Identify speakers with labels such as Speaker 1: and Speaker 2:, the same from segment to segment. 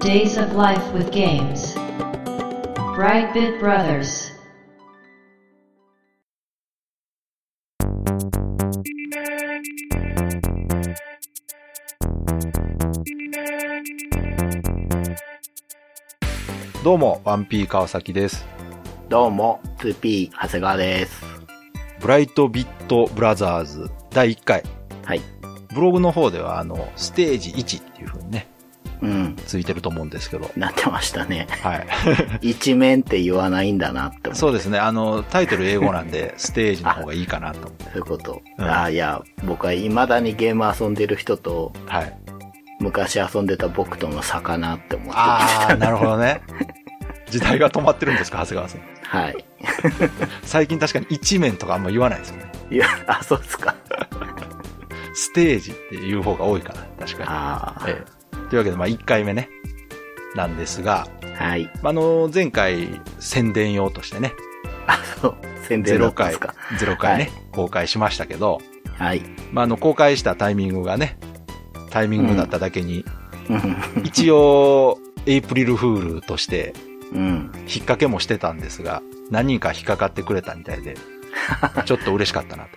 Speaker 1: Days of Life with Games. Brightbit Brothers.
Speaker 2: どうも、ワンピー川崎です。
Speaker 3: どうも、2P、長谷川です。
Speaker 2: ブライトビットブラザーズ第1回。
Speaker 3: はい。
Speaker 2: ブログの方では、あの、ステージ1っていう風にね、
Speaker 3: うん、
Speaker 2: ついてると思うんですけど。
Speaker 3: なってましたね。
Speaker 2: はい。
Speaker 3: 一面って言わないんだなって思う。
Speaker 2: そうですね。あの、タイトル英語なんで、ステージの方がいいかなと思って。
Speaker 3: そういうこと。
Speaker 2: うん
Speaker 3: ああ、いや、僕は未だにゲーム遊んでる人と、
Speaker 2: はい。
Speaker 3: 昔遊んでた僕との差かなって思って
Speaker 2: あー、 なるほどね。時代が止まってるんですか、長谷川さん。
Speaker 3: はい。
Speaker 2: 最近確かに一面とかあんま言わないですよね。
Speaker 3: いや、あ、そうですか。
Speaker 2: ステージっていう方が多いかな、確かに。
Speaker 3: あ
Speaker 2: ええというわけで、まあ、1回目ね、なんですが、
Speaker 3: あ、はい。
Speaker 2: まああの、前回、宣伝用としてね、
Speaker 3: あ、そう。宣
Speaker 2: ゼ
Speaker 3: 伝
Speaker 2: ロ
Speaker 3: だったんで
Speaker 2: 回
Speaker 3: すか。、
Speaker 2: ゼロ回ね、公開しましたけど、
Speaker 3: はい。
Speaker 2: まあ、あの、公開したタイミングがね、タイミングだっただけに、
Speaker 3: うん
Speaker 2: 一応、エイプリルフールとして、
Speaker 3: うん。
Speaker 2: 引っ掛けもしてたんですが、何人か引っかかってくれたみたい で、ちょっと嬉しかったなと。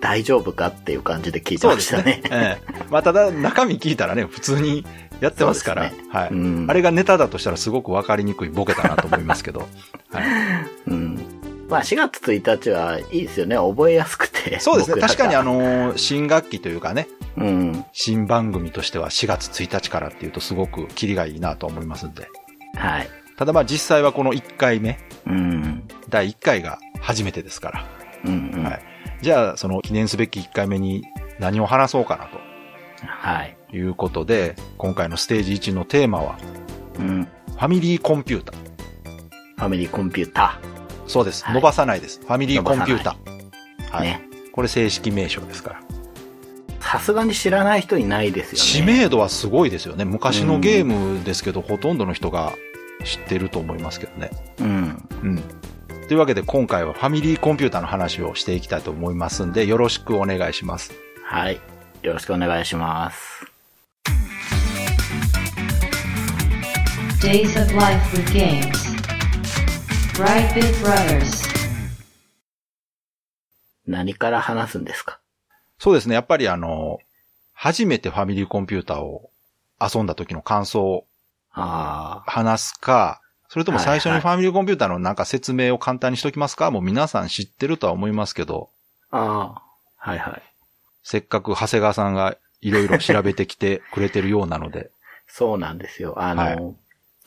Speaker 3: 大丈夫かっていう感じで聞いてましたね。
Speaker 2: ええまあ、ただ、中身聞いたらね、普通にやってますから、
Speaker 3: そうで
Speaker 2: はい。
Speaker 3: うん
Speaker 2: あれがネタだとしたらすごくわかりにくいボケだなと思いますけ ど、はい。
Speaker 3: うん。まあ、4月1日はいいですよね。覚えやすくて。
Speaker 2: そうですね。
Speaker 3: 僕らが
Speaker 2: 確かにあ、のー新学期というかね、
Speaker 3: うん。
Speaker 2: 新番組としては4月1日からっていうとすごくキリがいいなと思いますんで。
Speaker 3: はい。
Speaker 2: ただまあ実際はこの1回目、
Speaker 3: うん。
Speaker 2: 第1回が初めてですから。
Speaker 3: うん、うん。
Speaker 2: はいじゃあその記念すべき1回目に何を話そうかな
Speaker 3: はい。
Speaker 2: ということで、今回のステージ1のテーマは
Speaker 3: うん。
Speaker 2: ファミリーコンピュータ。
Speaker 3: ファミリーコンピュータ
Speaker 2: そうです。
Speaker 3: はい
Speaker 2: 伸ばさないです。ファミリーコンピュータ。
Speaker 3: ー。
Speaker 2: はい。
Speaker 3: ね。
Speaker 2: これ正式名称ですから。
Speaker 3: さすがに知らない人いないです
Speaker 2: 知
Speaker 3: よね。
Speaker 2: 名度はすごいですよね。昔のゲームですけど、ほとんどの人が知ってると思いますけどね。
Speaker 3: うん。
Speaker 2: うん。というわけで今回はファミリーコンピュータの話をしていきたいと思いますんで、よろしくお願いします。
Speaker 3: はい。よろしくお願いします。
Speaker 1: Days of Life with Games. Brightbit Brothers.
Speaker 3: 何から話すんですか
Speaker 2: そうですね。やっぱりあの、初めてファミリーコンピュータを遊んだ時の感想を
Speaker 3: あ
Speaker 2: 話すか、それとも最初
Speaker 3: は
Speaker 2: に
Speaker 3: い
Speaker 2: ファミリーコンピュータのなんか説明を簡単にしときますかもう皆さん知ってるとは思いますけど、
Speaker 3: あ。ああ。はいはい。
Speaker 2: せっかく長谷川さんがいろいろ調べてきてくれてるようなの で、
Speaker 3: そうなんですよ。あの、
Speaker 2: はい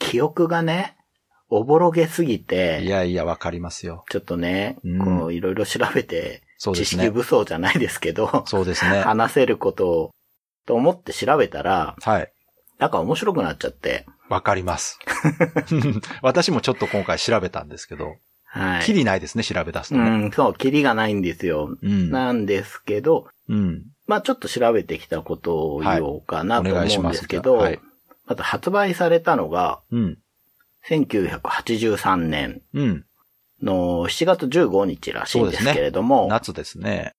Speaker 3: 記憶がね、おぼろげすぎ
Speaker 2: い
Speaker 3: て、
Speaker 2: やいや、わかりますよ。
Speaker 3: ちょっとね、
Speaker 2: うん
Speaker 3: こういろいろ調べて、
Speaker 2: そうで
Speaker 3: 知
Speaker 2: す
Speaker 3: 識
Speaker 2: ね。
Speaker 3: 武装じゃないですけど、
Speaker 2: そうですね。は
Speaker 3: 話せることを、と思って調べたら、
Speaker 2: い。
Speaker 3: なんか面白くなっちゃって、
Speaker 2: わかります。 私もちょっと今回調べたんですけど、
Speaker 3: はい。
Speaker 2: キリないですね、調べ出すと
Speaker 3: う
Speaker 2: ね。
Speaker 3: ん、そう、キリがないんですよ。
Speaker 2: うん。
Speaker 3: なんですけど、
Speaker 2: うん。
Speaker 3: まあちょっと調べてきたことを言おうかな
Speaker 2: お
Speaker 3: と思
Speaker 2: 願いし
Speaker 3: うん
Speaker 2: ま。
Speaker 3: ですすけど、ま
Speaker 2: はい。
Speaker 3: ず発売されたのが、
Speaker 2: うん。
Speaker 3: 1983年
Speaker 2: うん。
Speaker 3: の7月15日らしいんですけれども、
Speaker 2: 夏ですね。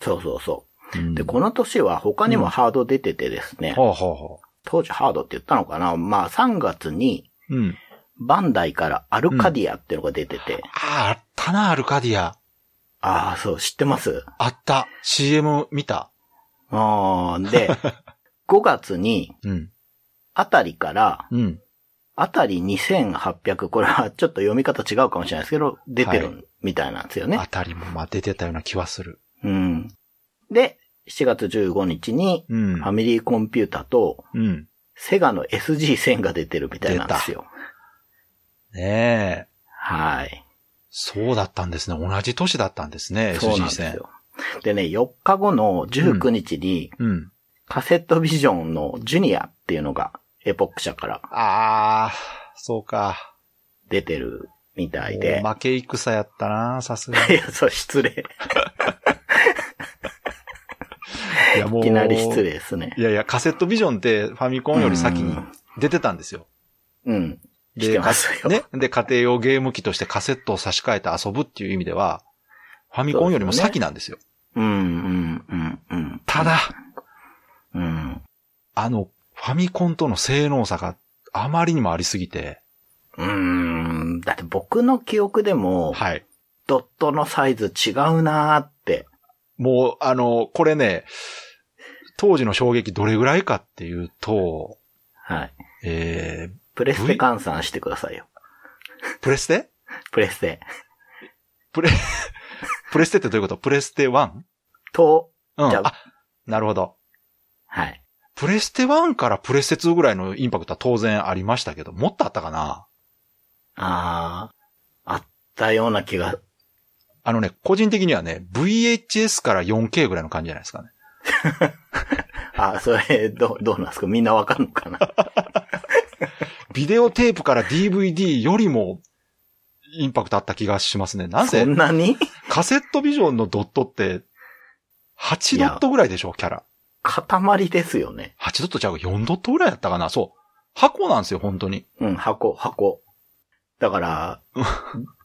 Speaker 3: そうそうそうう。
Speaker 2: ん
Speaker 3: で、この年は他にもハード出ててですね、
Speaker 2: ほうほうほ
Speaker 3: 当時ハードって言ったのかなまあ3月に
Speaker 2: う。うん。
Speaker 3: バンダイからアルカディアっていうのが出てて、
Speaker 2: ああ、あったな、アルカディア。
Speaker 3: ああ、そう、知ってます
Speaker 2: あった。CM 見た。
Speaker 3: あ ーで、5月に
Speaker 2: うん。
Speaker 3: あたりから、
Speaker 2: うん。
Speaker 3: あたり2800、これはちょっと読み方違うかもしれないですけど、出て
Speaker 2: は
Speaker 3: るみたいなんですよね。
Speaker 2: あたりも、まあ、出てたような気はする。
Speaker 3: うん。で、7月15日に、
Speaker 2: う
Speaker 3: フ
Speaker 2: ん
Speaker 3: ァ。ミリーコンピュータと、
Speaker 2: うん。
Speaker 3: セガの SG1000 が出てるみたいなんですよ。
Speaker 2: ねえ。
Speaker 3: はい。
Speaker 2: そうだったんですね。同じ年だったんですね、
Speaker 3: そうな
Speaker 2: SG
Speaker 3: んです
Speaker 2: 戦。
Speaker 3: よ。でね、4日後の19日に、
Speaker 2: うん。
Speaker 3: カセットビジョンのジュニアっていうのが、エポック社から
Speaker 2: ああ、そうか。
Speaker 3: 出てるみたいで。
Speaker 2: もう負け戦やったな、さすがに。
Speaker 3: いや、そう、失礼。
Speaker 2: いや、も
Speaker 3: いうきなり失礼ですね
Speaker 2: い。やいや、カセットビジョンってファミコンより先に
Speaker 3: うん
Speaker 2: 出てたんですよ。
Speaker 3: うん。知っ
Speaker 2: で、
Speaker 3: て
Speaker 2: か
Speaker 3: ますよ。
Speaker 2: ね。で、家庭用ゲーム機としてカセットを差し替えて遊ぶっていう意味では、ファミコンよりも先なんですよ。
Speaker 3: うん、うん、うん、うん。
Speaker 2: ただ、
Speaker 3: うん。
Speaker 2: あの、ファミコンとの性能差があまりにもありすぎて、
Speaker 3: うーん。だって僕の記憶でも、
Speaker 2: はい。
Speaker 3: ドットのサイズ違うなーって。
Speaker 2: もう、あの、これね、当時の衝撃どれぐらいかっていうと、
Speaker 3: はい。
Speaker 2: え
Speaker 3: プレステ換算してくださいよ。
Speaker 2: ー、プレステ
Speaker 3: プレステ。
Speaker 2: プレ、プレステってどういうことプレステ 1?
Speaker 3: と、
Speaker 2: うん。
Speaker 3: じゃあ
Speaker 2: あ、なるほど。
Speaker 3: はい。
Speaker 2: プレステ1からプレステ2ぐらいのインパクトは当然ありましたけど、もっとあったかな
Speaker 3: あー、あったような気が、
Speaker 2: あのね、個人的にはね、VHS から 4K ぐらいの感じじゃないですかね。
Speaker 3: あ、それ、ど、どうなんですかみんなわかるのかな
Speaker 2: ビデオテープから DVD よりもインパクトあった気がしますね。なん
Speaker 3: そ
Speaker 2: せ
Speaker 3: んなに
Speaker 2: カセットビジョンのドットって8ドットぐらいでしょ、キャラ。
Speaker 3: 塊ですよね。
Speaker 2: 8ドットちゃうか、4ドットぐらいだったかな。そう。箱なんですよ、本当に。
Speaker 3: うん、箱、箱。だから、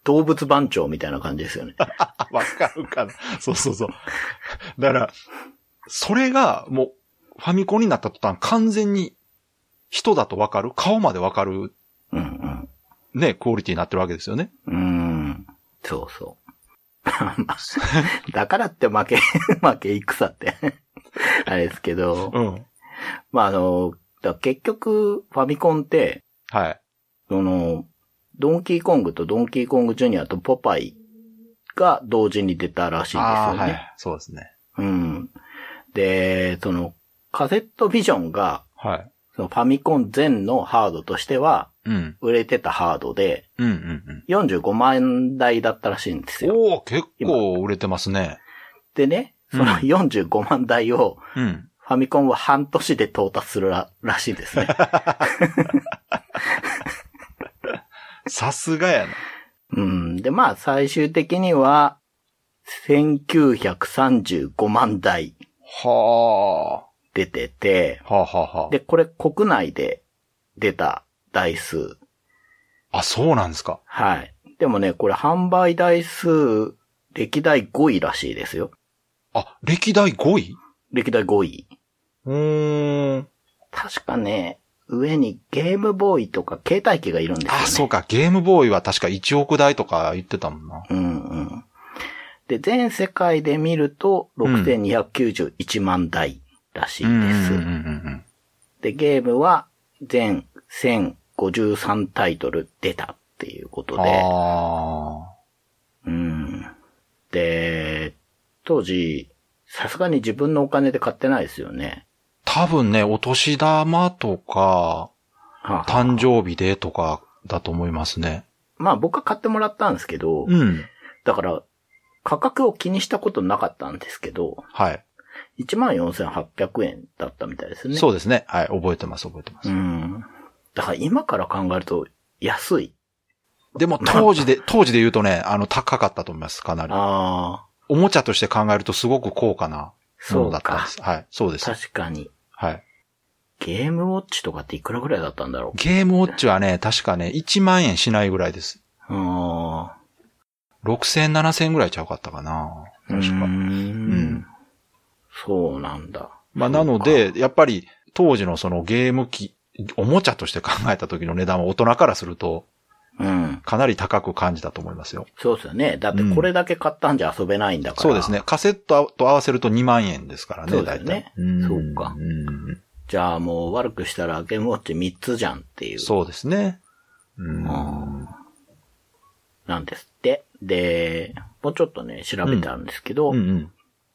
Speaker 3: 動物番長みたいな感じですよね。
Speaker 2: あ、 わかるかな。そうそうそう。だから、それがもうファミコンになった途端完全に人だとわかる、顔までわかる
Speaker 3: うん、
Speaker 2: ね、クオリティになってるわけですよね。
Speaker 3: うん。うーん。そうそう。だからって負け、 負け戦って。 あれですけど。
Speaker 2: うん。
Speaker 3: まあ、あの、だから結局、ファミコンって、
Speaker 2: はい。
Speaker 3: その、ドンキーコングとドンキーコングジュニアとポパイが同時に出たらしいんです
Speaker 2: あ
Speaker 3: よ
Speaker 2: あー、
Speaker 3: ね。
Speaker 2: はい。そうですね。
Speaker 3: うん。で、その、カセットビジョンが、
Speaker 2: はい。
Speaker 3: そのファミコン全のハードとしては、
Speaker 2: うん。
Speaker 3: 売れてたハードで、
Speaker 2: うんうん
Speaker 3: 45万台だったらしいんです
Speaker 2: うん。
Speaker 3: よ。
Speaker 2: おお結構売れてますね。
Speaker 3: でね、その
Speaker 2: うん
Speaker 3: 45万台を、
Speaker 2: うん。
Speaker 3: ファミコンは半年で到達するららしいですね。
Speaker 2: さすがやな。
Speaker 3: うん。で、まあ、最終的には、1935万台
Speaker 2: は
Speaker 3: 出てて、
Speaker 2: あ。はあはあは
Speaker 3: で、これ国内で出た台数。
Speaker 2: あ。あ、そうなんですか。
Speaker 3: はい。でもね、これ販売台数、歴代5位らしいですよ。
Speaker 2: あ、歴代5位
Speaker 3: 歴代5位。
Speaker 2: うーん。
Speaker 3: 確かね、上にゲームボーイとか携帯機がいるんですよ、ね。
Speaker 2: あ、そうか。ゲームボーイは確か1億台とか言ってたもんな。
Speaker 3: うんうん。で、全世界で見ると、6291万台らしい
Speaker 2: うんうんう
Speaker 3: で
Speaker 2: ん
Speaker 3: す。
Speaker 2: うんうん。
Speaker 3: で、ゲームは全1053タイトル出たっていうことで、
Speaker 2: あ
Speaker 3: うん。で、当時、さすがに自分のお金で買ってないですよね。
Speaker 2: あ。多分ね、お年玉とか、
Speaker 3: はあはあ
Speaker 2: 誕生日でとかだと思いますね。
Speaker 3: まあ僕は買ってもらったんですけど、
Speaker 2: うん。
Speaker 3: だから、価格を気にしたことなかったんですけど、
Speaker 2: はい。
Speaker 3: 14,800円だったみたいですね。
Speaker 2: そうですね。はい。覚えてます、覚えてます。
Speaker 3: うん。だから今から考えると安い。
Speaker 2: でも当時で、当時で言うとね、あの、高かったと思います、かなり。
Speaker 3: ああ、
Speaker 2: おもちゃとして考えるとすごく高価なも
Speaker 3: そ
Speaker 2: の
Speaker 3: う
Speaker 2: だったんで
Speaker 3: か。
Speaker 2: す。はい。そうです。
Speaker 3: 確かに。
Speaker 2: はい。
Speaker 3: ゲームウォッチとかっていくらぐらいだったんだろ
Speaker 2: ゲームウォッチはね、確かね、1万円しないぐらいです。
Speaker 3: う。あ
Speaker 2: 6000、7000ぐらいちゃうかったかな。
Speaker 3: あ。
Speaker 2: 確
Speaker 3: うー
Speaker 2: か。
Speaker 3: ん。そうなんだ。
Speaker 2: まあ、なので、やっぱり当時のそのゲーム機、おもちゃとして考えた時の値段は大人からすると
Speaker 3: うん。
Speaker 2: かなり高く感じたと思いますよ。
Speaker 3: そうですよね。だってこれだけ買ったんじゃ遊べないんだから。
Speaker 2: そうです。ね。カセットと合わせると2万円ですからね、
Speaker 3: そうだよね
Speaker 2: 大体ん
Speaker 3: そうか
Speaker 2: ん
Speaker 3: じゃあもう悪くしたらゲームウォッチ3つじゃんっていう。
Speaker 2: そうですね。うん
Speaker 3: あなんですって。で、もうちょっとね、調べてあるんですけど、
Speaker 2: うん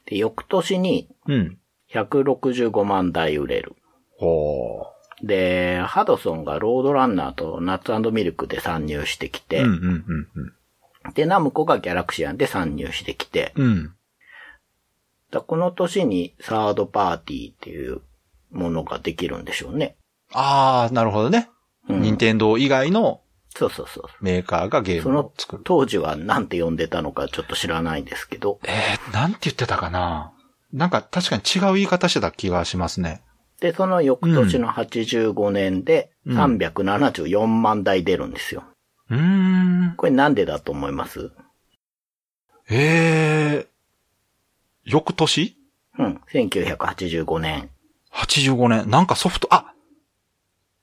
Speaker 3: で翌年に
Speaker 2: うん。うん。
Speaker 3: 165万台売れる。
Speaker 2: ほう。
Speaker 3: で、ハドソンがロードランナーとナッツミルクで参入してきて、
Speaker 2: うんうんうんうん。
Speaker 3: で、ナムコがギャラクシアンで参入してきて、
Speaker 2: うん。
Speaker 3: だこの年にサードパーティーっていうものができるんでしょうね。
Speaker 2: ああ、なるほどね。
Speaker 3: うん
Speaker 2: 任天堂以外の
Speaker 3: そうそうそう。
Speaker 2: メーカーがゲー
Speaker 3: そ
Speaker 2: ム
Speaker 3: の
Speaker 2: を作る。
Speaker 3: 当時はなんて呼んでたのかちょっと知らないですけど、
Speaker 2: えー、なんて言ってたかななんか確かに違う言い方してた気がしますね。
Speaker 3: で、その翌年の85年で
Speaker 2: うん
Speaker 3: 374万台出るんですよ。
Speaker 2: うーん。
Speaker 3: これなんでだと思います
Speaker 2: ええー、翌年
Speaker 3: うん、1985年。
Speaker 2: ?85 年。なんかソフト、あ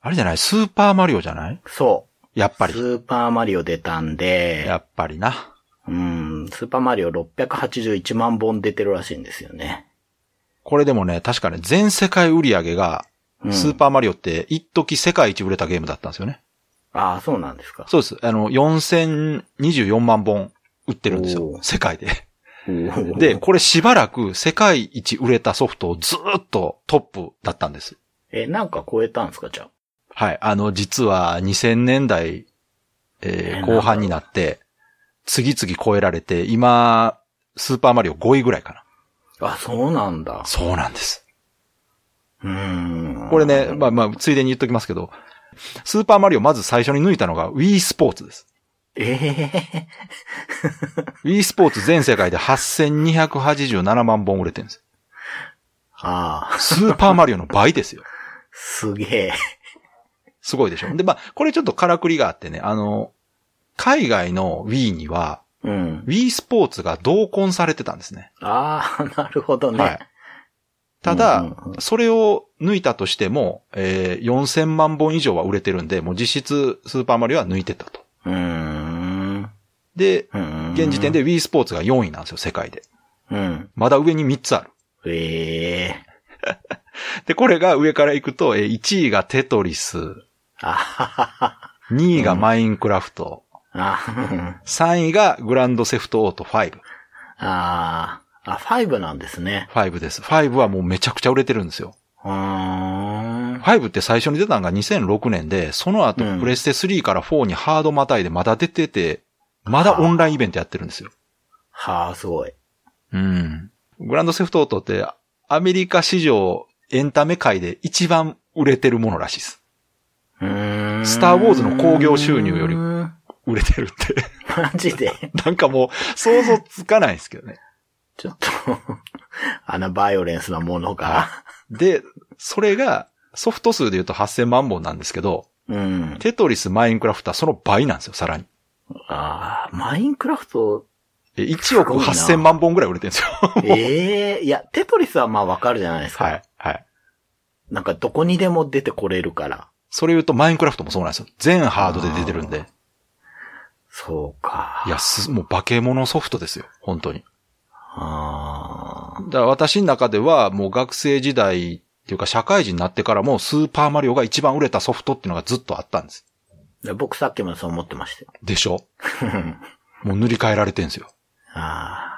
Speaker 2: あれじゃないスーパーマリオじゃない
Speaker 3: そ
Speaker 2: やっぱ
Speaker 3: う。
Speaker 2: り
Speaker 3: ス。ーパーマリオ出たん
Speaker 2: や
Speaker 3: で、
Speaker 2: っぱりな。
Speaker 3: うん、スーパーマリオ681万本出てるらしいんですよね。
Speaker 2: これでもね、確かね、全世界売り上げが、
Speaker 3: うん、
Speaker 2: スーパーマリオって、一時世界一売れたゲームだったんですよね。
Speaker 3: ああ、そうなんですか。
Speaker 2: そうです。あの、4024万本売ってるんですよ
Speaker 3: お。ー
Speaker 2: 世界で。で、
Speaker 3: で、
Speaker 2: これしばらく世界一売れたソフトをずーっとトップだったんです。
Speaker 3: え、なんか超えたんですか、じゃあ。
Speaker 2: はい。あの、実は2000年代、え
Speaker 3: え
Speaker 2: ー
Speaker 3: ー
Speaker 2: 後半になって、次々超えられて、今、スーパーマリオ5位ぐらいかな。
Speaker 3: あ、そうなんだ。
Speaker 2: そうなんです。
Speaker 3: うーん。
Speaker 2: これね、まあまあ、ついでに言っときますけど、スーパーマリオまず最初に抜いたのが Wii スポーツです。
Speaker 3: ええ
Speaker 2: Wii スポーツ全世界で8287万本売れてるんです。
Speaker 3: ああ、
Speaker 2: スーパーマリオの倍ですよ。
Speaker 3: すげえ。
Speaker 2: すごいでしょ。で、まあ、これちょっとからくりがあってね、あの、海外の Wii には、
Speaker 3: うん。
Speaker 2: Wii スポーツが同梱されてたんですね。
Speaker 3: ああ、なるほどね。
Speaker 2: はい。ただ、
Speaker 3: うんうんうん
Speaker 2: それを抜いたとしても、えー4000万本以上は売れてるんで、もう実質スーパーマリオは抜いてたと。
Speaker 3: うーん。
Speaker 2: で、
Speaker 3: うーん
Speaker 2: 現時点。で Wii スポーツが4位なんですよ、世界で。
Speaker 3: うん。
Speaker 2: まだ上に3つある。
Speaker 3: ええ
Speaker 2: で、これが上から行くと、えー1位がテトリス、
Speaker 3: あははは。
Speaker 2: 2位がマインクラフト、
Speaker 3: あ、うん
Speaker 2: 3位がグランドセフトオート5。
Speaker 3: あーあ、5なんですね。
Speaker 2: 5です。5はもうめちゃくちゃ売れてるんですよ。
Speaker 3: うーん。
Speaker 2: 5って最初に出たのが2006年で、その後
Speaker 3: うん
Speaker 2: プレステ3から4にハードまたいでまだ出てて、まだオンラインイベントやってるんですよ。
Speaker 3: はあ、すごい。
Speaker 2: うん。グランドセフトオートってアメリカ市場エンタメ界で一番売れてるものらしいです。
Speaker 3: うーん。
Speaker 2: スターウォーズの興行収入より
Speaker 3: マ
Speaker 2: 売れてるって。
Speaker 3: ジで。
Speaker 2: なんかもう想像つかないんですけどね。
Speaker 3: ちょっと、あのバイオレンスなものが。
Speaker 2: で、それがソフト数で言うと8000万本なんですけど、
Speaker 3: うん。
Speaker 2: テトリス、マインクラフトはその倍なんですよ、さらに。
Speaker 3: ああ、マインクラフト、
Speaker 2: え1億8000万本ぐらい売れてるんですよ。
Speaker 3: ええいや、テトリスはまあわかるじゃ ないですか。
Speaker 2: はい。はい。
Speaker 3: なんかどこにでも出てこれるから。
Speaker 2: それ言うとマインクラフトもそうなんですよ。全ハードで出てるんで。
Speaker 3: そうか。
Speaker 2: いや、す、もう化け物ソフトですよ。本当に。
Speaker 3: あ
Speaker 2: だから私の中ではもう学生時代っていうか社会人になってからもスーパーマリオが一番売れたソフトっていうのがずっとあったんです。
Speaker 3: あ。僕さっきもそう思ってましたよ。
Speaker 2: でしょもう塗り替えられてるんですよ。
Speaker 3: ああ。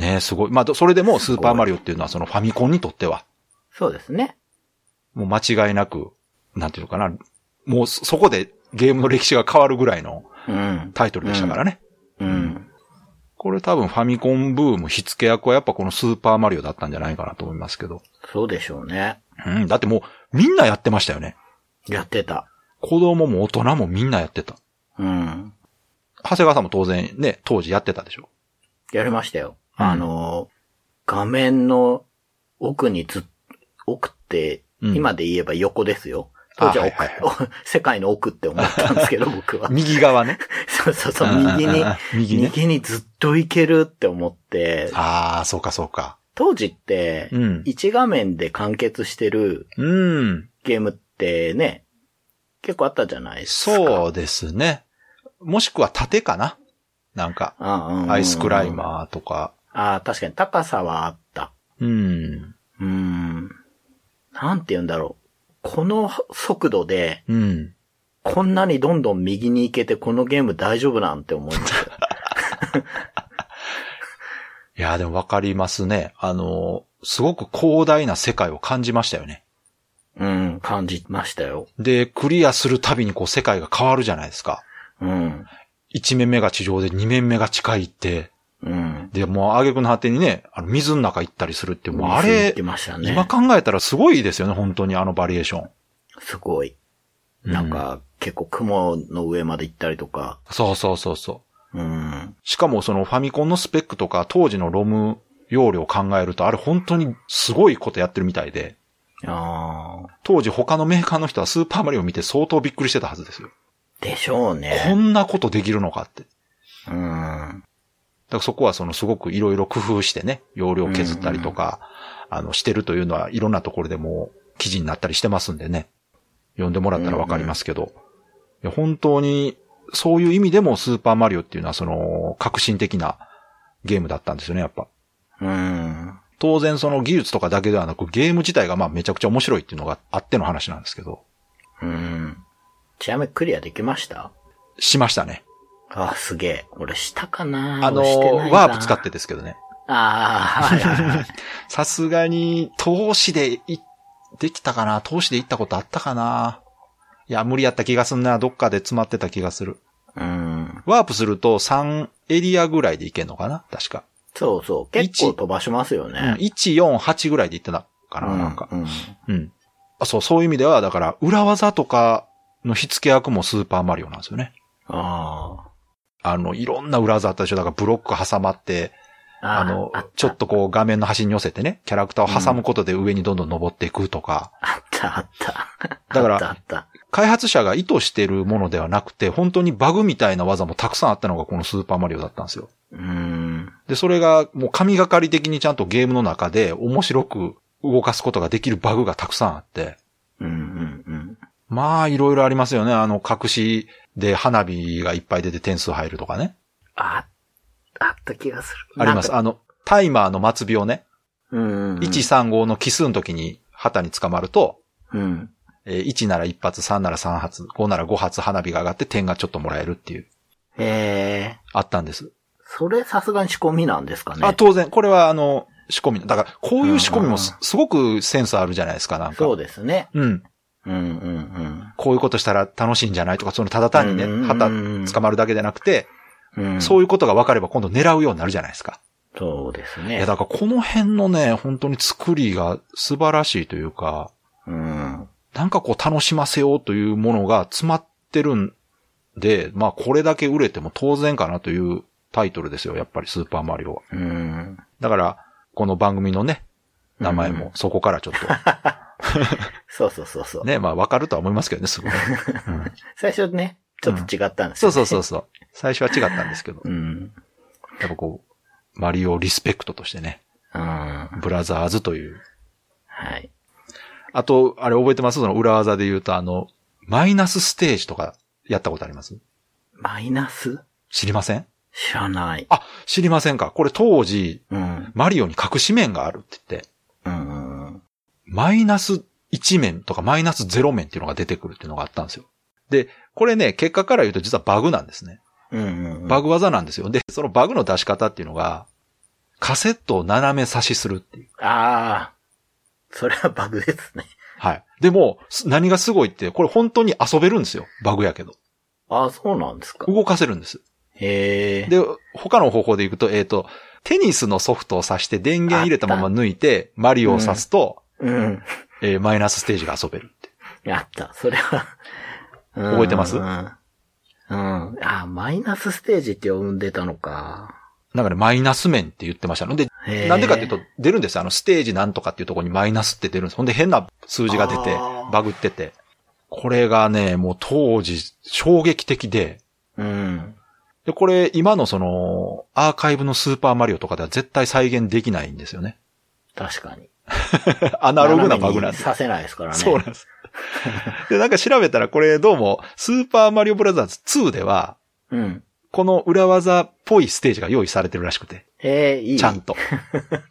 Speaker 2: ねえ、すごい。まあ、どそれでもスーパーマリオっていうのはそのファミコンにとっては、
Speaker 3: そうですね。
Speaker 2: もう間違いなく、なんていうのかな、もうそそこでゲームの歴史が変わるぐらいの
Speaker 3: うん。
Speaker 2: タイトルでしたからね。
Speaker 3: うん。
Speaker 2: これ多分ファミコンブーム火付け役はやっぱこのスーパーマリオだったんじゃないかなと思いますけど。
Speaker 3: そうでしょうね。
Speaker 2: うん、だってもうみんなやってましたよね。
Speaker 3: やってた。
Speaker 2: 子供も大人もみんなやってた。
Speaker 3: うん。
Speaker 2: 長谷川さんも当然ね、当時やってたでしょ。
Speaker 3: やりましたよ。
Speaker 2: うん
Speaker 3: あの、画面の奥にずっ、奥って、
Speaker 2: うん
Speaker 3: 今で言えば横ですよ。
Speaker 2: あ
Speaker 3: 当時は奥、
Speaker 2: はいはい
Speaker 3: 世界の奥って思ったんですけど、僕 は。
Speaker 2: 右側ね。
Speaker 3: そうそう そう
Speaker 2: うんうんう、ん
Speaker 3: 右に、
Speaker 2: 右ね。
Speaker 3: 右にずっといけるって思って、
Speaker 2: ああ、そうかそうか。
Speaker 3: 当時って
Speaker 2: う、ん。
Speaker 3: 1画面で完結してる
Speaker 2: うん。
Speaker 3: ゲームってね、結構あったじゃないですか。
Speaker 2: そうですね。もしくは縦かななんか、
Speaker 3: ああ。うんうん
Speaker 2: アイスクライマーとか。
Speaker 3: ああ、確かに高さはあった。
Speaker 2: うん。
Speaker 3: うーん。なんて言うんだろう。この速度で、
Speaker 2: うん。
Speaker 3: こんなにどんどん右に行けて、このゲーム大丈夫なんて思い ました。
Speaker 2: いやーでもわかりますね。あのー、すごく広大な世界を感じましたよね。
Speaker 3: うん、感じましたよ。
Speaker 2: で、クリアするたびにこう世界が変わるじゃないですか。
Speaker 3: うん。
Speaker 2: 一面目が地上で二面目が地下行って、
Speaker 3: うん。
Speaker 2: で、もう挙句の果てにね、あの水の中行ったりするって、もうあ
Speaker 3: 言っ
Speaker 2: れ、
Speaker 3: てましたね。
Speaker 2: 今考えたらすごいですよね、本当にあのバリエーション。
Speaker 3: すごい。なんか、結構雲の上まで行ったりとか。
Speaker 2: そうそうそうそう。
Speaker 3: うん。
Speaker 2: しかもそのファミコンのスペックとか当時のロム容量を考えると、あれ本当にすごいことやってるみたいで、
Speaker 3: ああ。
Speaker 2: 当時他のメーカーの人はスーパーマリオを見て相当びっくりしてたはずですよ。
Speaker 3: でしょ
Speaker 2: こ
Speaker 3: うね。
Speaker 2: んなことできるのかって。
Speaker 3: うん。
Speaker 2: だからそこはそのすごくいろいろ工夫してね、容量削ったりとか、あの、してるというのはいろんなところでもう記事になったりしてますんでね。読んでもらったらわかりますけど、いや本当に、そういう意味でもスーパーマリオっていうのはその、革新的なゲームだったんですよね、やっぱ。
Speaker 3: うん。
Speaker 2: 当然その技術とかだけではなく、ゲーム自体がまあめちゃくちゃ面白いっていうのがあっての話なんですけど、
Speaker 3: うん。ちなみにクリアできました
Speaker 2: しましたね。
Speaker 3: ああ、すげえ。俺したかな
Speaker 2: あの
Speaker 3: 俺してない、な
Speaker 2: ワープ使ってですけどね。
Speaker 3: ああ、はいはい はい。
Speaker 2: さすがに、投資でい、できたかな投資で行ったことあったかないや、無理やった気がすんな。どっかで詰まってた気がする。
Speaker 3: うん。
Speaker 2: ワープすると3エリアぐらいで行けんのかな確か。
Speaker 3: そうそう。結構飛ばしますよ
Speaker 2: うん。
Speaker 3: ね。
Speaker 2: 1、4、8ぐらいで行ってたかな、なんか。
Speaker 3: うん。うん
Speaker 2: うん。あそう、そういう意味では、だから、裏技とかの火付け役もスーパーマリオなんですよね。
Speaker 3: あ
Speaker 2: あの、いろんな裏技あったでしょ。だからブロック挟まって、
Speaker 3: あ。あ
Speaker 2: あ
Speaker 3: あ
Speaker 2: の
Speaker 3: あ、
Speaker 2: ちょっとこう画面の端に寄せてね、キャラクターを挟むことで上にどんどん登っていくとか。
Speaker 3: あったあった。
Speaker 2: だから
Speaker 3: あったあった。
Speaker 2: 開発者が意図してるものではなくて、本当にバグみたいな技もたくさんあったのがこのスーパーマリオだったんですよ。
Speaker 3: うん。
Speaker 2: で、それがもう神がかり的にちゃんとゲームの中で面白く動かすことができるバグがたくさんあって、
Speaker 3: うんうんうん。
Speaker 2: まあいろいろありますよね。あの、隠しで花火がいっぱい出て点数入るとかね。
Speaker 3: あ、あった気がする。
Speaker 2: あります。
Speaker 3: なんか
Speaker 2: あの、タイマーの末尾をね、
Speaker 3: うんうんうん。
Speaker 2: 135の奇数の時に旗に捕まると、
Speaker 3: うん。
Speaker 2: えー1なら1発、3なら3発、5なら5発花火が上がって点がちょっともらえるっていう、
Speaker 3: へえ。
Speaker 2: あったんです。
Speaker 3: それさすがに仕込みなんですかね。
Speaker 2: あ、当然。これは、あの、仕込みの。だから、こういう仕込みも
Speaker 3: うん
Speaker 2: す
Speaker 3: う
Speaker 2: すごくセンスあるじゃないですか、なんか。
Speaker 3: そうですね。
Speaker 2: うん。
Speaker 3: うんうんうん。
Speaker 2: こういうことしたら楽しいんじゃないとか、そのただ単に
Speaker 3: うんうんう
Speaker 2: ね、
Speaker 3: ん
Speaker 2: 旗捕まるだけでなくて、
Speaker 3: うん、
Speaker 2: そう
Speaker 3: う。
Speaker 2: いうことが分かれば今度狙うようになるじゃないですか。
Speaker 3: そうです
Speaker 2: い
Speaker 3: ね。
Speaker 2: や、だからこの辺のね、本当に作りが素晴らしいというか、
Speaker 3: うん。
Speaker 2: なんかこう楽しませようというものが詰まってるんで、まあこれだけ売れても当然かなというタイトルですよ、やっぱりスーパーマリオは。
Speaker 3: うん。
Speaker 2: だから、この番組のね、名前もそこからちょっと
Speaker 3: そうそうそうそう。
Speaker 2: ね、まあわかるとは思いますけどね、すごい。うん
Speaker 3: 最初ね、ちょっと違ったんです
Speaker 2: そう
Speaker 3: よ、ね
Speaker 2: そうそうそう。最初は違ったんですけど、
Speaker 3: うん。
Speaker 2: やっぱこう、マリオリスペクトとしてね、
Speaker 3: うん。は
Speaker 2: ブラザーズという。
Speaker 3: い。
Speaker 2: あと、あれ覚えてますその裏技で言うと、あの、マイナスステージとかやったことあります
Speaker 3: マイナス
Speaker 2: 知りません
Speaker 3: 知らない。
Speaker 2: あ、知りませんかこれ当時、
Speaker 3: うん。
Speaker 2: マリオに隠し面があるって言って、
Speaker 3: うんうん。
Speaker 2: マイナス1面とかマイナス0面っていうのが出てくるっていうのがあったんですよ。で、これね、結果から言うと実はバグなんですね。
Speaker 3: うんうんうん。
Speaker 2: バグ技なんですよ。で、そのバグの出し方っていうのが、カセットを斜め差しするっていう。
Speaker 3: ああ。それはバグですね。
Speaker 2: はい。でも、す何がすごいって、これ本当に遊べるんですよ。バグやけど。
Speaker 3: ああ、そうなんですか。
Speaker 2: 動かせるんです。
Speaker 3: へえ。
Speaker 2: で、他の方法でいくと、えっ、と、テニスのソフトを挿して電源入れたまま抜いて、マリオを挿すと、
Speaker 3: うん。
Speaker 2: えーマイナスステージが遊べるって。
Speaker 3: あった。それはうん。
Speaker 2: 覚えてます
Speaker 3: うん。うんああ、マイナスステージって呼んでたのか。
Speaker 2: なんかね、マイナス面って言ってましたので、
Speaker 3: へえ
Speaker 2: なんでかっていうと、出るんですよ。あの、ステージなんとかっていうところにマイナスって出るんです。ほんで変な数字が出て
Speaker 3: あー、
Speaker 2: バグってて。これがね、もう当時衝撃的で、
Speaker 3: うん。
Speaker 2: で、これ今のその、アーカイブのスーパーマリオとかでは絶対再現できないんですよ ね。
Speaker 3: 確かに。
Speaker 2: アナログなバグなんです。
Speaker 3: させないですからね。
Speaker 2: そうなんです。で、なんか調べたらこれどうも、スーパーマリオブラザーズ2では、
Speaker 3: うん。
Speaker 2: この裏技っぽいステージが用意されてるらしくて。
Speaker 3: ええいい。
Speaker 2: ちゃんと。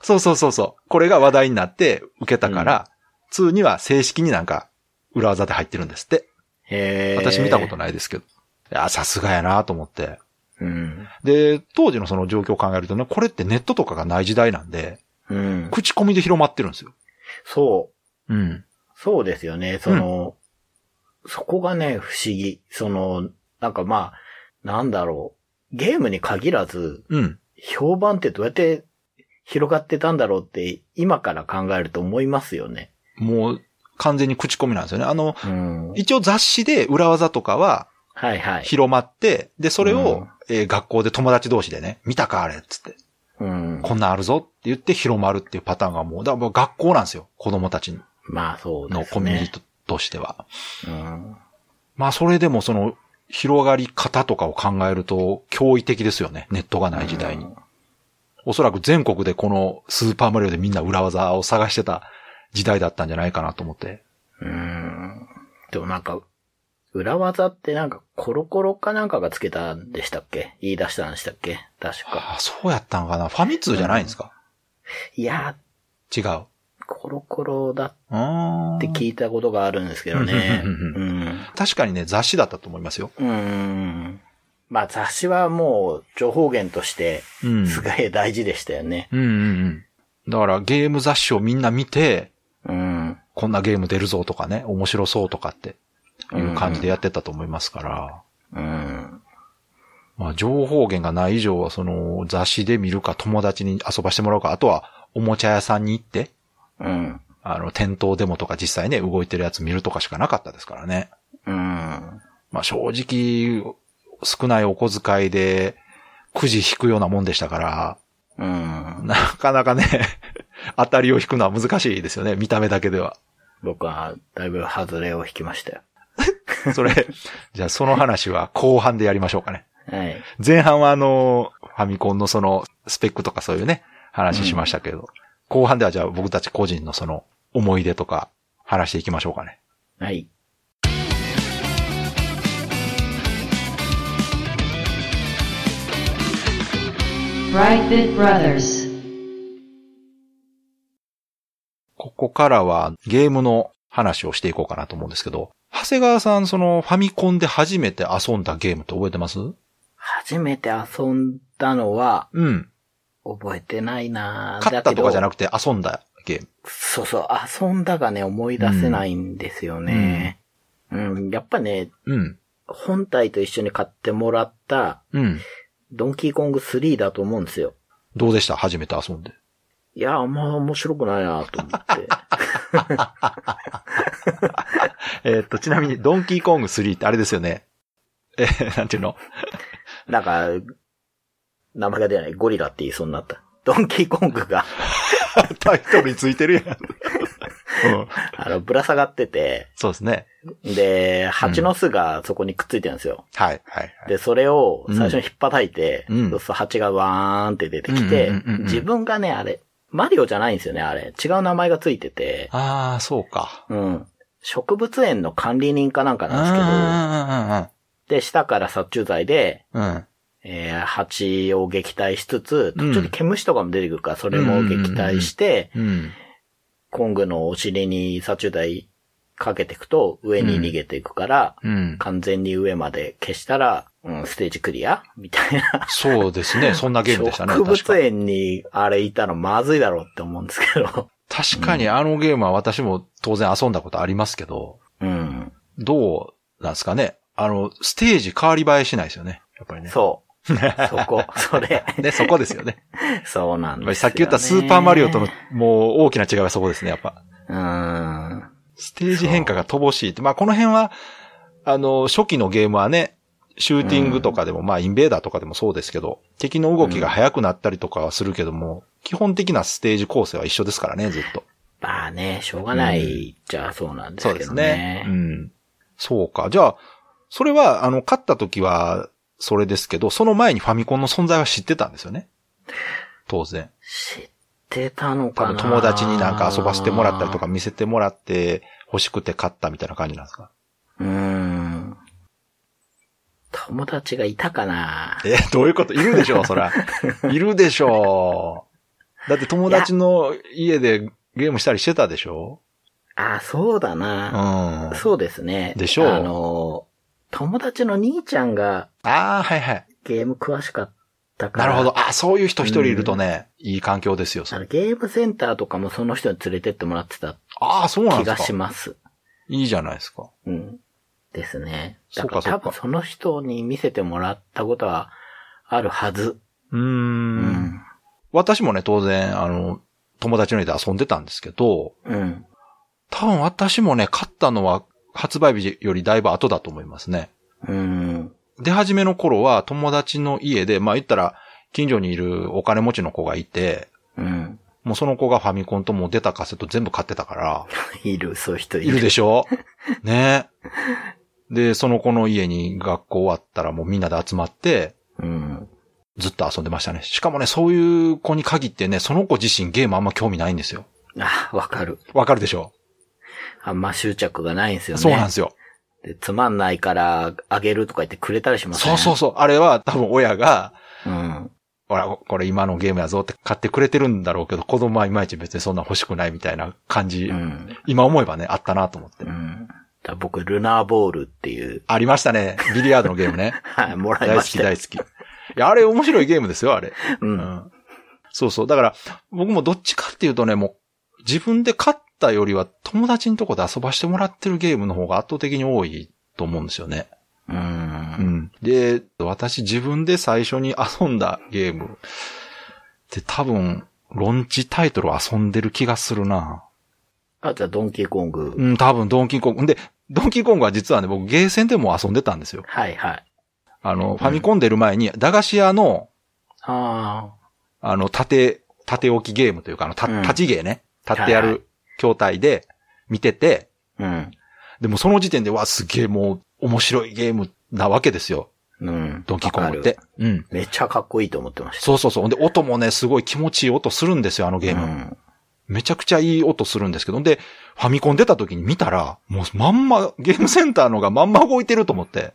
Speaker 2: そうそうそうそう。これが話題になって受けたから、2には正式になんか裏技で入ってるんですって。
Speaker 3: へえ。
Speaker 2: 私見たことないですけど。いや、さすがやなと思って。
Speaker 3: うん。
Speaker 2: で、当時のその状況を考えるとね、これってネットとかがない時代なんで、
Speaker 3: うん。
Speaker 2: 口コミで広まってるんですよ。
Speaker 3: そう。
Speaker 2: うん。
Speaker 3: そうですよね。その、そこがね、不思議。その、なんかまあ、なんだろう。ゲームに限らず、
Speaker 2: うん。
Speaker 3: 評判ってどうやって広がってたんだろうって、今から考えると思いますよね。
Speaker 2: もう完全に口コミなんですよね。あの、
Speaker 3: うん。
Speaker 2: 一応雑誌で裏技とかは
Speaker 3: はいはい。
Speaker 2: 広まって、で、それ
Speaker 3: う
Speaker 2: を
Speaker 3: ん、
Speaker 2: えー学校で友達同士でね、見たかあれっつって。
Speaker 3: うん。
Speaker 2: こんなんあるぞって言って広まるっていうパターンがもう、だからもう学校なんですよ。子供たち
Speaker 3: まあそうです
Speaker 2: の
Speaker 3: ね。
Speaker 2: コミュニティとしては。
Speaker 3: うん。
Speaker 2: まあそれでもその広がり方とかを考えると驚異的ですよね。ネットがない時代に。おそらく全国でこのスーパーマリオでみんな裏技を探してた時代だったんじゃないかなと思って。
Speaker 3: うん。でもなんか、裏技ってなんかコロコロかなんかがつけたんでしたっけ言い出したんでしたっけ確か。
Speaker 2: ああ、そうやったんかな。ファミ通じゃないんですか、
Speaker 3: いや
Speaker 2: 違う。あ
Speaker 3: ー、コロコロだ
Speaker 2: あ
Speaker 3: って
Speaker 2: ー。
Speaker 3: 聞いたことがあるんですけどね。
Speaker 2: う
Speaker 3: うん
Speaker 2: うん
Speaker 3: ん。
Speaker 2: 確かにね、雑誌だったと思いますよ。
Speaker 3: うん。まあ雑誌はもう情報源として
Speaker 2: うん。
Speaker 3: すげえ大事でしたよね。
Speaker 2: うんうんうん。だからゲーム雑誌をみんな見て、
Speaker 3: うん。
Speaker 2: こんなゲーム出るぞとかね、面白そうとかっていう感じでやってたと思いますから。
Speaker 3: うん。
Speaker 2: まあ情報源がない以上はその雑誌で見るか友達に遊ばしてもらうか、あとはおもちゃ屋さんに行って、
Speaker 3: うん。
Speaker 2: あの店頭でもとか実際ね、動いてるやつ見るとかしかなかったですからね。
Speaker 3: うん。
Speaker 2: まあ正直、少ないお小遣いで、くじ引くようなもんでしたから、
Speaker 3: うん。
Speaker 2: なかなかね、 当たりを引くのは難しいですよね、見た目だけでは。
Speaker 3: 僕はだいぶ外れを引きましたよ。
Speaker 2: それ、 じゃあその話は後半でやりましょうかね。
Speaker 3: はい。
Speaker 2: 前半はあの、ファミコンのその、スペックとかそういうね、話しましたけど、後半ではじゃあ僕たち個人のその、思い出とか、話していきましょうかね。
Speaker 3: はい。
Speaker 1: Brightbit Brothers.
Speaker 2: ここからはゲームの話をしていこうかなと思うんですけど、長谷川さん、そのファミコンで初めて遊んだゲームって覚えてます
Speaker 3: 初めて遊んだのは
Speaker 2: うん。
Speaker 3: 覚えてないな
Speaker 2: 勝ったとかじゃな
Speaker 3: く
Speaker 2: くて遊んだゲーム。
Speaker 3: そうそう、遊んだがね、思い出せないんですよね。うん、やっぱね、
Speaker 2: うん。
Speaker 3: 本体と一緒に買ってもらった、
Speaker 2: うん。
Speaker 3: ドンキーコング3だと思うんですよ。
Speaker 2: どうでした初めて遊んで。
Speaker 3: いや、あんま面白くないなと思 って。
Speaker 2: えーっと、ちなみに、ドンキーコング3ってあれですよね。えーなんていうの
Speaker 3: なんか、名前が出ない、ゴリラって言いそうになった。ドンキーコング が、
Speaker 2: タイトルについてるや ん。うん、
Speaker 3: あの、ぶら下がってて、
Speaker 2: そうですね。
Speaker 3: で、蜂の巣がそこにくっついてるんですよ。
Speaker 2: はい、はい、はい。
Speaker 3: で、それを最初に引っ叩いて、
Speaker 2: うん
Speaker 3: そうすると蜂がワーンって出てきて
Speaker 2: うんうんうんうん、
Speaker 3: 自分がね、あれ、マリオじゃないんですよね、あれ。違う名前がついてて、
Speaker 2: ああ、そうか。
Speaker 3: うん。植物園の管理人かなんか
Speaker 2: う
Speaker 3: なんです
Speaker 2: ん
Speaker 3: けど、で、下から殺虫剤で、
Speaker 2: うんうんうん。うん。
Speaker 3: えー蜂を撃退しつつ、途中で毛虫とかも出てくるから、それも撃退して、
Speaker 2: うん。
Speaker 3: コングのお尻に殺虫剤かけていくと、上に逃げていくから、
Speaker 2: うん。
Speaker 3: 完全に上まで消したら、うん、ステージクリアみたいな。
Speaker 2: そうですね。そんなゲームでしたね。
Speaker 3: 植
Speaker 2: 確か
Speaker 3: 物園にあれいたのまずいだろうって思うんですけど。
Speaker 2: 確かにあのゲームは私も当然遊んだことありますけど、
Speaker 3: うん。
Speaker 2: どうなんですかね。あの、ステージ変わり映えしないですよね。やっぱりね。
Speaker 3: そう。 そこ、それ。
Speaker 2: ね、そこですよ ね。
Speaker 3: そうな
Speaker 2: やっぱ
Speaker 3: んですよ、ね。
Speaker 2: りさっき言ったスーパーマリオとのもう大きな違いはそこですね、やっぱ。
Speaker 3: うん。
Speaker 2: ステージ変化が乏しいって。まあ、この辺は、あの、初期のゲームはね、シューティングとかでも、まあ、インベーダーとかでもそうですけど、敵の動きが速くなったりとかはするけども、基本的なステージ構成は一緒ですからね、ずっと。
Speaker 3: まあね、しょうがないじゃあそうなんですけどね。
Speaker 2: うん。そうか。じゃあ、それは、あの、勝った時は、それですけど、その前にファミコンの存在は知ってたんですよね。当然。
Speaker 3: 知ってたの
Speaker 2: 多
Speaker 3: か
Speaker 2: 分
Speaker 3: な
Speaker 2: 友達になんか遊ばせてもらったりとか。見せてもらって欲しくて買ったみたいな感じなんですか
Speaker 3: うん。友達がいたかな
Speaker 2: え、どういうこといるでしょう、そ ら。いるでしょう。だって友達の家でゲームしたりしてたでしょ
Speaker 3: あ、そうだ
Speaker 2: うん。
Speaker 3: な、
Speaker 2: あ
Speaker 3: そうですね。
Speaker 2: でしょう
Speaker 3: あの、友達の兄ちゃんが
Speaker 2: あー、はいはい。
Speaker 3: ゲーム詳しかったか
Speaker 2: な
Speaker 3: ら。
Speaker 2: るほど。あそういう人一人いるとね、いい環境ですよ、そ
Speaker 3: あの。
Speaker 2: れ。
Speaker 3: ゲームセンターとかもその人に連れてってもらってた
Speaker 2: ああ、そうなん
Speaker 3: 気
Speaker 2: で
Speaker 3: が
Speaker 2: す
Speaker 3: し
Speaker 2: か。
Speaker 3: ます。
Speaker 2: いいじゃないですか。
Speaker 3: うん。ですね。
Speaker 2: そ
Speaker 3: だ
Speaker 2: う
Speaker 3: か
Speaker 2: か
Speaker 3: ら
Speaker 2: そうか
Speaker 3: 多分その人に見せてもらったことはあるはず。
Speaker 2: うー。。
Speaker 3: うん
Speaker 2: 私もね、当然、あの、友達の家で遊んでたんですけど、
Speaker 3: うん。
Speaker 2: 多分私もね、買ったのは発売日よりだいぶ後だと思いますね。
Speaker 3: うん。
Speaker 2: 出始めの頃は友達の家で、まあ言ったら、近所にいるお金持ちの子がいて、
Speaker 3: うん。
Speaker 2: もうその子がファミコンともう出たカセット全部買ってた から、
Speaker 3: いる、そういう人
Speaker 2: い
Speaker 3: いる。
Speaker 2: るでしょねで、その子の家に学校終わったらもうみんなで集まって、
Speaker 3: うん。
Speaker 2: ずっと遊んでましたね。しかもね、そういう子に限ってね、その子自身ゲームあんま興味ないんですよ。
Speaker 3: あ、わかる。
Speaker 2: わかるでしょ
Speaker 3: あんま執着がないんですよね。
Speaker 2: そうなんですよ。
Speaker 3: でつまんないから、あげるとか言ってくれたりします
Speaker 2: そうそうそう。あれは多分親が、
Speaker 3: う。うん。
Speaker 2: ほら、これ今のゲームやぞって買ってくれてるんだろうけど、子供はいまいち別にそんな欲しくないみたいな感じ、
Speaker 3: うん。
Speaker 2: 今思えばね、あったなと思って。
Speaker 3: うん。だから僕、ルナーボールっていう、
Speaker 2: ありましたね。ビリヤードのゲーム ね。
Speaker 3: はい、もらい
Speaker 2: 大
Speaker 3: ま
Speaker 2: 好
Speaker 3: し
Speaker 2: き
Speaker 3: た。
Speaker 2: 大好き。いや、あれ面白いゲームですよ、あれ。
Speaker 3: う。
Speaker 2: うんん。そうそう。だから、僕もどっちかっていうとね、もう、自分で買ったよりは友達のとこで遊ばしてもらってるゲームの方が圧倒的に多いと思うんですよね。
Speaker 3: う。
Speaker 2: うんん。で、私自分で最初に遊んだゲームって多分、ロンチタイトルを遊んでる気がするな。
Speaker 3: あとはドンキーコング。
Speaker 2: うん、多分ドンキーコング。んで、ドンキーコングは実はね、僕ゲーセンでも遊んでたんですよ。
Speaker 3: はいはい。
Speaker 2: あの、ファミコン出る前に、駄菓子屋の、
Speaker 3: あ
Speaker 2: あの、縦、縦置きゲームというか、あの、た
Speaker 3: うん
Speaker 2: 立ち芸ね。立ってや
Speaker 3: はいは
Speaker 2: る筐体で見てて、
Speaker 3: あ。うん。
Speaker 2: でもその時点で、わ、すげえもう面白いゲームなわけですよ。
Speaker 3: うん。
Speaker 2: ドンキーコングっ
Speaker 3: わ
Speaker 2: て
Speaker 3: かる。。
Speaker 2: うん。
Speaker 3: めっちゃかっこいいと思ってました。
Speaker 2: そうそうそう。ほんで、音もね、すごい気持ちいい音するんですよ、あのゲーム。
Speaker 3: うん。
Speaker 2: めちゃくちゃいい音するんですけど。で、ファミコン出た時に見たら、もうまんま、ゲームセンターのがまんま動いてると思って。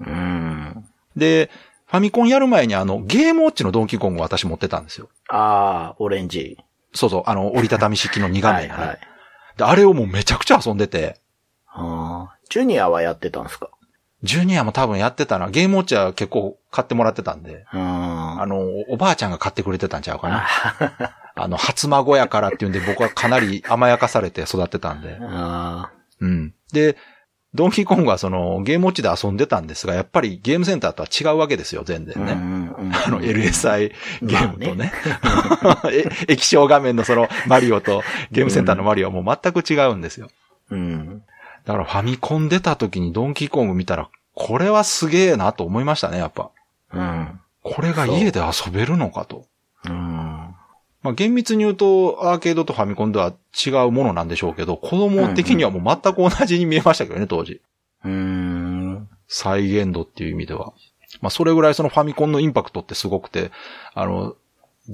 Speaker 3: うん。
Speaker 2: で、ファミコンやる前にあの、ゲームウォッチのドンキーコングを私持ってたんですよ。
Speaker 3: ああ、オレンジ。
Speaker 2: そうそう、あの、折りたたみ式の2画
Speaker 3: は
Speaker 2: 面
Speaker 3: い
Speaker 2: のね、
Speaker 3: はい。
Speaker 2: で、あれをもうめちゃくちゃ遊んでて、
Speaker 3: ああ。ジュニアはやってたんですか
Speaker 2: ジュニアも多分やってたな。ゲームウォッチは結構買ってもらってたんで、
Speaker 3: うん。
Speaker 2: あ
Speaker 3: あ
Speaker 2: の、おばあちゃんが買ってくれてたんちゃうかな。
Speaker 3: あ
Speaker 2: あの、初孫やからっていうんで僕はかなり甘やかされて育ってたんで。
Speaker 3: あ
Speaker 2: うん。で、ドンキーコングはその、ゲームウォッチで遊んでたんですが、やっぱりゲームセンターとは違うわけですよ、全
Speaker 3: ー。
Speaker 2: 然
Speaker 3: うん
Speaker 2: ね。
Speaker 3: うんうん
Speaker 2: あの、LSI ゲームとね。 え液晶画面のそのマリオとゲームセンターのマリオはもう全く違うんですよ。
Speaker 3: うん。
Speaker 2: だからファミコン出た時にドンキーコング見たら、これはすげえなと思いましたね、やっぱ。
Speaker 3: うん。
Speaker 2: これが家で遊べるのかと。
Speaker 3: うん。
Speaker 2: まあ厳密に言うと、アーケードとファミコンでは違うものなんでしょうけど、子供的にはもう全く同じに見えましたけどね、当時。
Speaker 3: うん。
Speaker 2: 再現度っていう意味では。まあ、それぐらいそのファミコンのインパクトってすごくて、あの、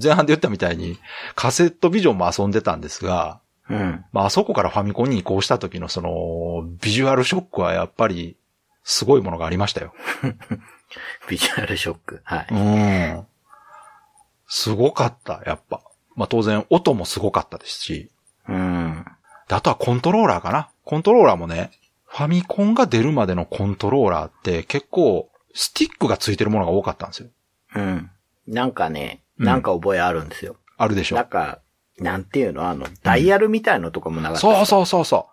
Speaker 2: 前半で言ったみたいに、カセットビジョンも遊んでたんですが、
Speaker 3: うん。
Speaker 2: まあ、あそこからファミコンに移行した時のその、ビジュアルショックはやっぱり、すごいものがありましたよ。
Speaker 3: ビジュアルショック。はい。
Speaker 2: ん。すごかった、やっぱ。まあ、当然、音もすごかったですし、
Speaker 3: うん。
Speaker 2: であとはコントローラーかな。コントローラーもね、ファミコンが出るまでのコントローラーって結構、スティックがついてるものが多かったんですよ。
Speaker 3: うん。なんかね、
Speaker 2: うん
Speaker 3: なんか覚えあるんですよ。
Speaker 2: あるでしょ
Speaker 3: なんか、なんていうのあの、ダイヤルみたいのとかもなかった。
Speaker 2: そうそうそうそ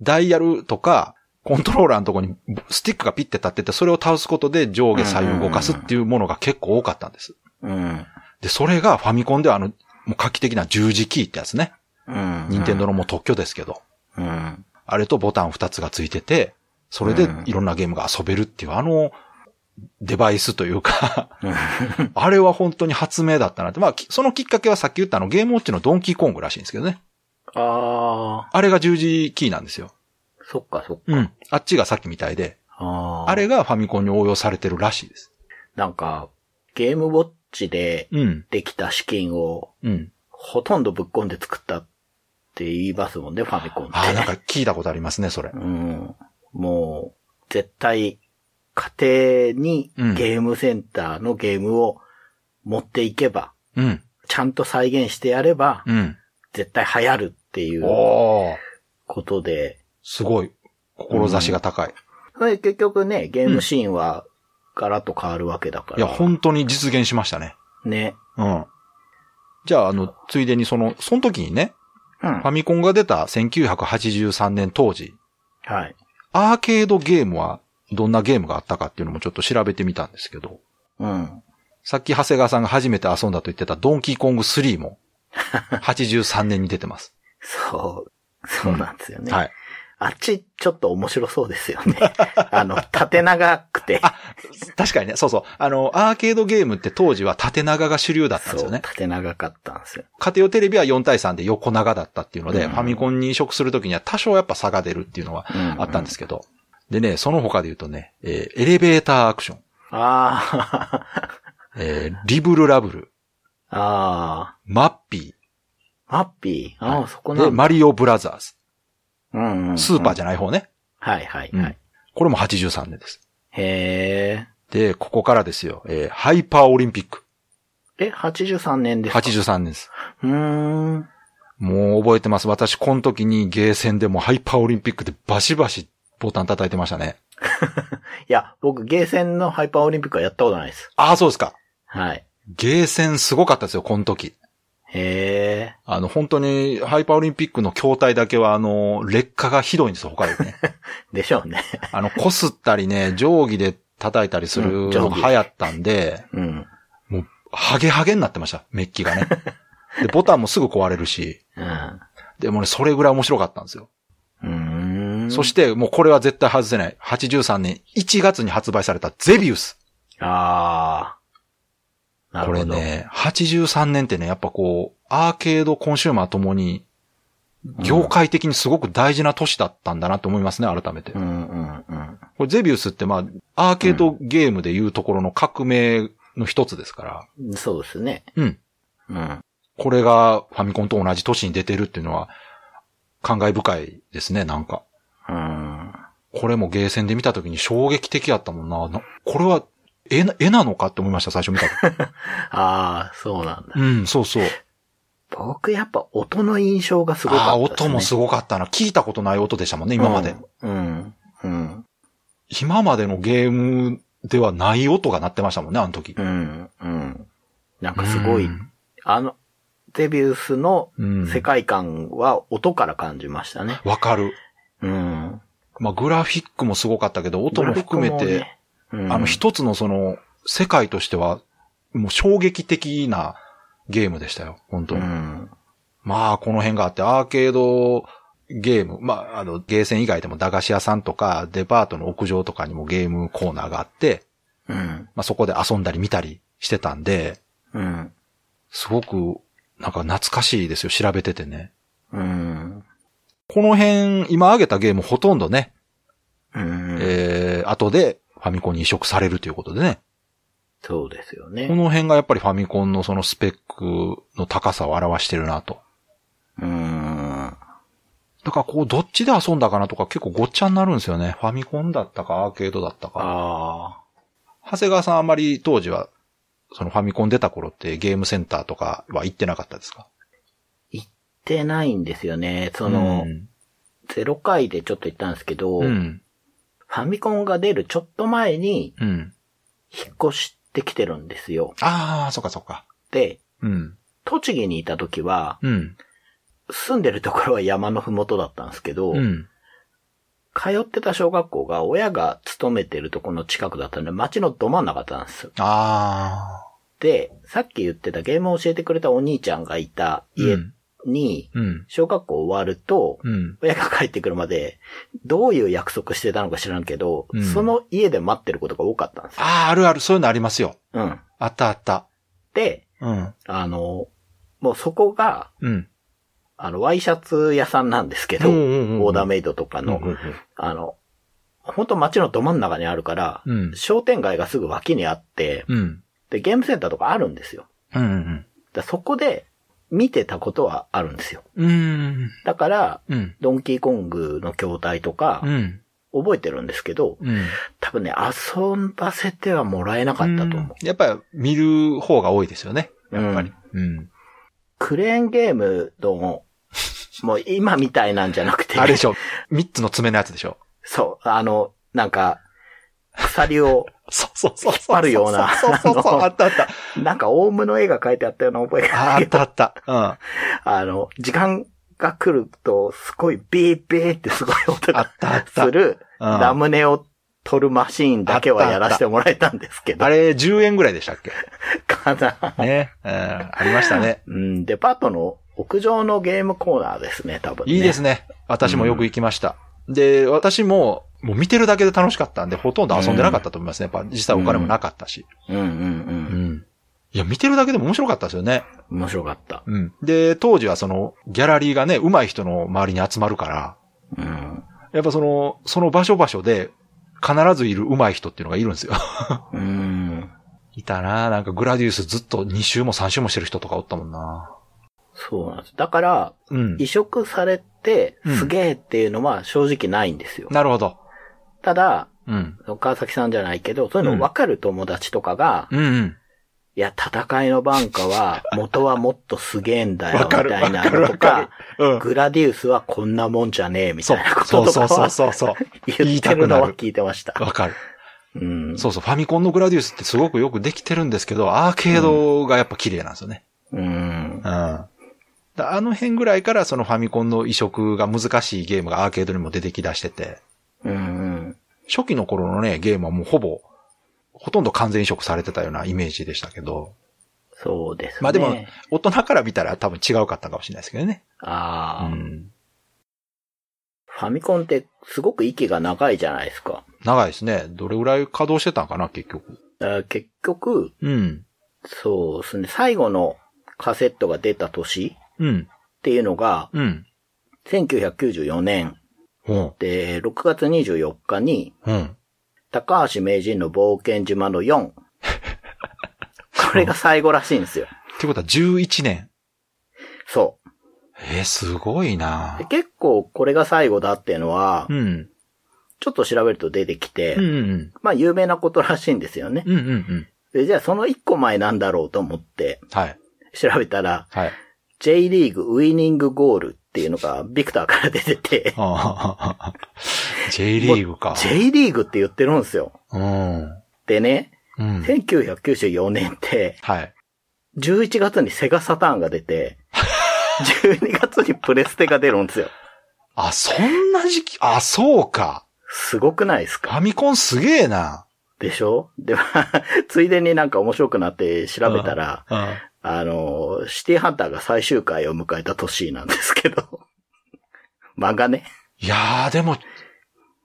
Speaker 2: う。ダイヤルとか、コントローラーのとこにスティックがピッて立ってて、それを倒すことで上下左右動かすっていうものが結構多かったんです。
Speaker 3: う。うん。
Speaker 2: で、それがファミコンではあの、もう画期的な十字キーってやつね。
Speaker 3: うん。
Speaker 2: 任天堂のもう特許ですけど。
Speaker 3: うん。
Speaker 2: あれとボタン2つがついてて、それでいろんなゲームが遊べるっていう、あの、デバイスという か、
Speaker 3: うん。
Speaker 2: あれは本当に発明だったなって。まあ、きそのきっかけはさっき言ったあのゲームウォッチのドンキーコングらしいんですけどね。
Speaker 3: あ
Speaker 2: あれが十字キーなんですよ。
Speaker 3: ー、そっかそっか。
Speaker 2: うん。あっちがさっきみたいで、
Speaker 3: あー
Speaker 2: あれがファミコンに応用されてるらしいです。
Speaker 3: なんか、ゲームウォッチで
Speaker 2: うん。
Speaker 3: できた資金を
Speaker 2: うん。
Speaker 3: ほとんどぶっ込んで作ったって言いますもんね、ファミコンって。
Speaker 2: ああ、なんか聞いたことありますね、それ。
Speaker 3: うん。もう、絶対、家庭に
Speaker 2: うん
Speaker 3: ゲームセンターのゲームを持っていけば、
Speaker 2: うん。
Speaker 3: ちゃんと再現してやれば、
Speaker 2: うん。
Speaker 3: 絶対流行るっていう
Speaker 2: おー。
Speaker 3: ことで、
Speaker 2: すごい。志が高い。
Speaker 3: それ結局ね、ゲームシーンはガラッと変わるわけだか
Speaker 2: いや、
Speaker 3: ら。
Speaker 2: 本当に実現しましたね。
Speaker 3: ね。
Speaker 2: うん。じゃあ、あの、ついでにその、その時にね、
Speaker 3: うん
Speaker 2: ファミコンが出た1983年当時、
Speaker 3: はい。
Speaker 2: アーケードゲームはどんなゲームがあったかっていうのもちょっと調べてみたんですけど、
Speaker 3: うん。
Speaker 2: さっき長谷川さんが初めて遊んだと言ってたドンキーコング3も、83年に出てます。
Speaker 3: そう。そうなんですよね。
Speaker 2: はい。
Speaker 3: あっち、ちょっと面白そうですよね。 あの、縦長くて。
Speaker 2: 確かにね、そうそう。あの、アーケードゲームって当時は縦長が主流だったんです
Speaker 3: そ
Speaker 2: よ
Speaker 3: う、
Speaker 2: ね。
Speaker 3: 縦長かったんですよ。
Speaker 2: 家庭用テレビは4対3で横長だったっていうので、
Speaker 3: うん
Speaker 2: ファミコンに移植するときには多少やっぱ差が出るっていうのはあったんですけど。でね、その他で言うとね、えーエレベーターアクション、
Speaker 3: あ
Speaker 2: えーリブルラブル、
Speaker 3: あ、 ああ、
Speaker 2: マッピ
Speaker 3: ハッピー。ああ、そこ
Speaker 2: ー、
Speaker 3: な
Speaker 2: で、
Speaker 3: んだ。
Speaker 2: マリオブラザーズ。
Speaker 3: うんうん。
Speaker 2: スーパー
Speaker 3: じ
Speaker 2: じゃない方ね。
Speaker 3: ゃん。はいはい
Speaker 2: うん
Speaker 3: はい。
Speaker 2: これも83年です。
Speaker 3: へ
Speaker 2: で、ここからですよ。えーハイパーオリンピック。
Speaker 3: え。え、83年ですか。
Speaker 2: 83年です。
Speaker 3: うーん。
Speaker 2: もう覚えてます。私、この時にゲーセンでもハイパーオリンピックでバシバシボタン叩いてましたね。
Speaker 3: いや、僕、ゲーセンのハイパーオリンピックはやったことないです。
Speaker 2: ああ、そうですか。
Speaker 3: はい。
Speaker 2: ゲーセンすごかったですよ、この時。
Speaker 3: へえ。
Speaker 2: あの、本当に、ハイパーオリンピックの筐体だけは、あの、劣化がひどいんですよ、他よりね。
Speaker 3: でしょうね。
Speaker 2: あの、こすったりね、定規で叩いたりする
Speaker 3: うん定
Speaker 2: のが
Speaker 3: 規
Speaker 2: 流行ったんで、
Speaker 3: うん。
Speaker 2: もう、ハゲハゲになってました、メッキがね。で、ボタンもすぐ壊れるし、
Speaker 3: うん。
Speaker 2: でもね、それぐらい面白かったんですよ。
Speaker 3: うーん。
Speaker 2: そして、もうこれは絶対外せない。83年1月に発売されたゼビウス。
Speaker 3: ああ。なる
Speaker 2: こ
Speaker 3: ほ
Speaker 2: れ
Speaker 3: ど。
Speaker 2: ね、83年ってね、やっぱこう、アーケードコンシューマーともに、業界的にすごく大事な年だったんだなと思いますね、改めて
Speaker 3: う。んうんうん。
Speaker 2: これゼビウスってまあ、アーケードゲームでいうところの革命の一つですから、
Speaker 3: うん。そうですね。
Speaker 2: うん。
Speaker 3: うん。
Speaker 2: これがファミコンと同じ年に出てるっていうのは、感慨深いですね、なんか。
Speaker 3: うん。
Speaker 2: これもゲーセンで見た時に衝撃的やったもんな。なこれは絵な、絵なのかって思いました、最初見た時。
Speaker 3: ああ、そうなんだ。
Speaker 2: うん、そうそう。
Speaker 3: 僕やっぱ音の印象がすごかっ
Speaker 2: ああ
Speaker 3: た
Speaker 2: ー、
Speaker 3: です、ね。
Speaker 2: 音もすごかったな。聞いたことない音でしたもんね、今まで。
Speaker 3: うん。うん。
Speaker 2: 今までのゲームではない音が鳴ってましたもんね、あの時
Speaker 3: う。ん。うん。なんかすごい、
Speaker 2: うん
Speaker 3: あの、デビュースの
Speaker 2: うん。
Speaker 3: 世界観は音から感じましたね。
Speaker 2: わかる。
Speaker 3: うん。
Speaker 2: まあ、グラフィックもすごかったけど、音も含めて、
Speaker 3: グラフィックもね、うん
Speaker 2: あの、一つのその、世界としては、もう衝撃的なゲームでしたよ、本当
Speaker 3: う
Speaker 2: に。
Speaker 3: ん。
Speaker 2: まあ、この辺があって、アーケードゲーム、まあ、あの、ゲーセン以外でも駄菓子屋さんとか、デパートの屋上とかにもゲームコーナーがあって、
Speaker 3: うん。
Speaker 2: まあ、そこで遊んだり見たりしてたんで、
Speaker 3: うん。
Speaker 2: すごく、なんか懐かしいですよ、調べててね。
Speaker 3: うん。
Speaker 2: この辺、今挙げたゲームほとんどね、
Speaker 3: うん。
Speaker 2: えー、後でファミコンに移植されるということでね。
Speaker 3: そうですよ
Speaker 2: こ
Speaker 3: ね。
Speaker 2: の辺がやっぱりファミコンのそのスペックの高さを表してるなと。
Speaker 3: うん。
Speaker 2: だからこう、どっちで遊んだかなとか結構ごっちゃになるんですよね。ファミコンだったかアーケードだったか。
Speaker 3: あ
Speaker 2: 長谷川さんあんまり当時は、そのファミコン出た頃ってゲームセンターとかは行ってなかったですか
Speaker 3: ってないんですよね。
Speaker 2: あ
Speaker 3: その、ゼロ回でちょっと言ったんですけど、
Speaker 2: うん。
Speaker 3: ファミコンが出るちょっと前に
Speaker 2: うん。
Speaker 3: 引っ越してきてるんですよ。
Speaker 2: ああ、そっかそっか。
Speaker 3: で、
Speaker 2: うん。
Speaker 3: 栃木にいた時は、
Speaker 2: うん。
Speaker 3: 住んでるところは山のふもとだったんですけど、
Speaker 2: うん。
Speaker 3: 通ってた小学校が親が勤めてるところの近くだったんで、街のど真ん中だったんですよ。
Speaker 2: ああ。
Speaker 3: で、さっき言ってたゲームを教えてくれたお兄ちゃんがいた
Speaker 2: う
Speaker 3: 家
Speaker 2: ん。
Speaker 3: に、
Speaker 2: うん。
Speaker 3: 小学校終わると、
Speaker 2: うん。
Speaker 3: 親が帰ってくるまで、どういう約束してたのか知らんけど、
Speaker 2: うん
Speaker 3: その家で待ってることが多かったんですよ。
Speaker 2: ああ、あるある、そういうのありますよ。
Speaker 3: うん。
Speaker 2: あったあった。
Speaker 3: で、
Speaker 2: うん。
Speaker 3: あの、もうそこが、
Speaker 2: うん。
Speaker 3: あの、ワイシャツ屋さんなんですけど、
Speaker 2: うんうんうん
Speaker 3: オーダーメイドとかの、あの、本当街のど真ん中にあるから、
Speaker 2: うん。
Speaker 3: 商店街がすぐ脇にあって、
Speaker 2: うん。
Speaker 3: で、ゲームセンターとかあるんですよ。
Speaker 2: うん。うん。
Speaker 3: だそこで見てたことはあるんですよ。
Speaker 2: うん。
Speaker 3: だから、
Speaker 2: うん。
Speaker 3: ドンキーコングの筐体とか
Speaker 2: う、ん。
Speaker 3: 覚えてるんですけど、
Speaker 2: うん。
Speaker 3: 多分ね、遊ばせてはもらえなかったと思う。
Speaker 2: うんやっぱり見る方が多いですよね。やっぱり。うん。
Speaker 3: クレーンゲームの、もう今みたいなんじゃなくて、
Speaker 2: あれでしょ。三つの爪のやつでしょ。
Speaker 3: そう、あの、なんか、鎖を、
Speaker 2: そうそうそうそう。
Speaker 3: 引っ張るような
Speaker 2: そうそうそう。
Speaker 3: あの
Speaker 2: あったあった。
Speaker 3: なんかオウムの絵が描いてあったような覚えが
Speaker 2: あ
Speaker 3: あ
Speaker 2: あ
Speaker 3: る
Speaker 2: っ
Speaker 3: けど
Speaker 2: たあった。
Speaker 3: あの、時間が来ると、すごいビービーってすごい音
Speaker 2: うん。あ
Speaker 3: が
Speaker 2: ったあっ
Speaker 3: す
Speaker 2: た。
Speaker 3: る、
Speaker 2: うん
Speaker 3: ラムネを取るマシーンだけはやらせてもらえたんですけど
Speaker 2: あ、れ、10円ぐらいでしたっけ
Speaker 3: かな。
Speaker 2: ね。うん。ありましたね。
Speaker 3: うん、デパートの屋上のゲームコーナーですね、多分、ね。
Speaker 2: いいですね。私もよく行きました。で、私も、もう見てるだけで楽しかったんで、ほとんど遊んでなかったと思いますね。やっぱ実際お金もなかったし。
Speaker 3: うんうん
Speaker 2: うん。いや、見てるだけでも面白かったですよね。
Speaker 3: うん。面白かった。
Speaker 2: うん。で、当時はその、ギャラリーがね、上手い人の周りに集まるから、
Speaker 3: うん。
Speaker 2: やっぱその、その場所場所で、必ずいる上手い人っていうのがいるんですよ。
Speaker 3: うん。
Speaker 2: いたななんかグラディウスずっと2周も3周もしてる人とかおったもんな
Speaker 3: そうなんです。だから、
Speaker 2: うん。
Speaker 3: 移植されって
Speaker 2: うん、
Speaker 3: すげえっていうのは正直ないんですよ。
Speaker 2: なるほど。
Speaker 3: ただ、
Speaker 2: うん。
Speaker 3: 川崎さんじゃないけど、そういうの分かる友達とかが、
Speaker 2: うんうん。
Speaker 3: いや、戦いのバン カは、元はもっとすげえんだよ、
Speaker 2: わ
Speaker 3: み
Speaker 2: かる
Speaker 3: たいなの
Speaker 2: わ
Speaker 3: と
Speaker 2: かるわう
Speaker 3: か、
Speaker 2: ん。
Speaker 3: グラディウスはこんなもんじゃねえ、みた
Speaker 2: そ
Speaker 3: いな
Speaker 2: う、
Speaker 3: こと
Speaker 2: そう
Speaker 3: と
Speaker 2: そ
Speaker 3: か
Speaker 2: うそう
Speaker 3: は
Speaker 2: そうそ
Speaker 3: 言ってるのは聞いてました
Speaker 2: う。。わかる。
Speaker 3: うん。
Speaker 2: そうそう。ファミコンのグラディウスってすごくよくできてるんですけど、アーケードがやっぱ綺麗なんですよね。
Speaker 3: うん
Speaker 2: う。ん。だあの辺ぐらいからそのファミコンの移植が難しいゲームがアーケードにも出てきだしてて、
Speaker 3: うん。
Speaker 2: 初期の頃のね、ゲームはもうほぼ、ほとんど完全移植されてたようなイメージでしたけど、
Speaker 3: そうですね。
Speaker 2: まあでも大人から見たら多分違うかったかもしれないですけどね。う
Speaker 3: ああ、
Speaker 2: ん。
Speaker 3: ファミコンってすごく息が長いじゃないですか。
Speaker 2: 長いですね。どれぐらい稼働してたんかな、結局。
Speaker 3: だから結局、
Speaker 2: うん。
Speaker 3: そうですね、最後のカセットが出た年っ
Speaker 2: うん。
Speaker 3: ていうのが、
Speaker 2: うん。
Speaker 3: 1994年
Speaker 2: うん。
Speaker 3: で、6月24日に、
Speaker 2: うん。
Speaker 3: 高橋名人の冒険島の4。こ れが最後らしいんですよ。
Speaker 2: ってことは11年。
Speaker 3: そ。
Speaker 2: えー、すごいうな
Speaker 3: で結構これが最後だっていうのは
Speaker 2: う、ん。
Speaker 3: ちょっと調べると出てきて、
Speaker 2: うんうん
Speaker 3: まあ有名なことらしいんですよね
Speaker 2: うん。。うんうんうん。
Speaker 3: でじゃあその1個前なんだろうと思って
Speaker 2: はい。
Speaker 3: 調べたら、
Speaker 2: はい。
Speaker 3: J リーグウィニングゴールっていうのがビクターから出て て、
Speaker 2: ああ。J リーグか。
Speaker 3: J リーグって言ってるんですよ。
Speaker 2: うん。
Speaker 3: でね、
Speaker 2: うん。
Speaker 3: 1994年って、
Speaker 2: はい。
Speaker 3: 11月にセガサターンが 出て、12月にプレステが出るんですよ。
Speaker 2: あ、そんな時期、あ、そうか。
Speaker 3: すごくないです
Speaker 2: フ
Speaker 3: か
Speaker 2: ァミコンすげえな。
Speaker 3: でしょで、まあついでになんか面白くなって調べたら、
Speaker 2: うん。
Speaker 3: あの、シティハンターが最終回を迎えた年なんですけど、 漫画ね。
Speaker 2: いやー、でも、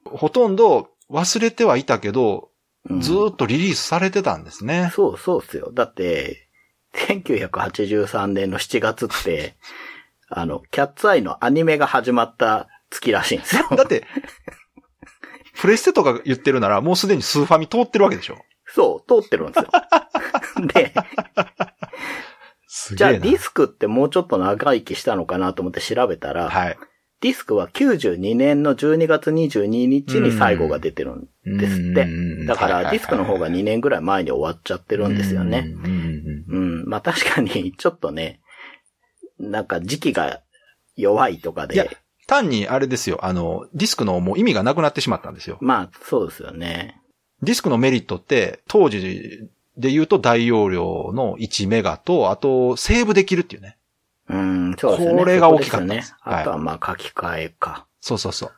Speaker 2: ほとんど忘れてはいたけど、
Speaker 3: うん
Speaker 2: ずーっとリリースされてたんですね。
Speaker 3: そうそうっすよ。だって、1983年の7月って、あの、キャッツアイのアニメが始まった月らしいんですよ。
Speaker 2: だって、プレステとか言ってるなら、もうすでにスーファミ通ってるわけでしょ。
Speaker 3: そう、通ってるんです よ。で、
Speaker 2: す
Speaker 3: じ
Speaker 2: げ
Speaker 3: ゃあ
Speaker 2: え
Speaker 3: デ
Speaker 2: な。
Speaker 3: ィスクってもうちょっと長生きしたのかなと思って調べたら、
Speaker 2: はい。
Speaker 3: ディスクは92年の12月22日に最後が出てるんです
Speaker 2: う
Speaker 3: って
Speaker 2: んうんうんうん。
Speaker 3: だか
Speaker 2: はいはい
Speaker 3: ら
Speaker 2: はい
Speaker 3: ディスクの方が2年ぐらい前に終わっちゃってるんですよね。
Speaker 2: うんうん
Speaker 3: うん。まあ確かにちょっとね、なんか時期が弱いとか
Speaker 2: うん。いや
Speaker 3: で、、
Speaker 2: 単にあれですよ。あの、ディスクのもう意味がなくなってしまったんですよ。
Speaker 3: まあそうですよね。
Speaker 2: ディスクのメリットって、当時で言うと大容量の1メガと、あと、セーブできるっていうね。
Speaker 3: うん、そうですよね。
Speaker 2: これが大きかった
Speaker 3: そこ
Speaker 2: で
Speaker 3: ですすよね。
Speaker 2: はい
Speaker 3: あとはまあ書き換えか。
Speaker 2: そうそうそう。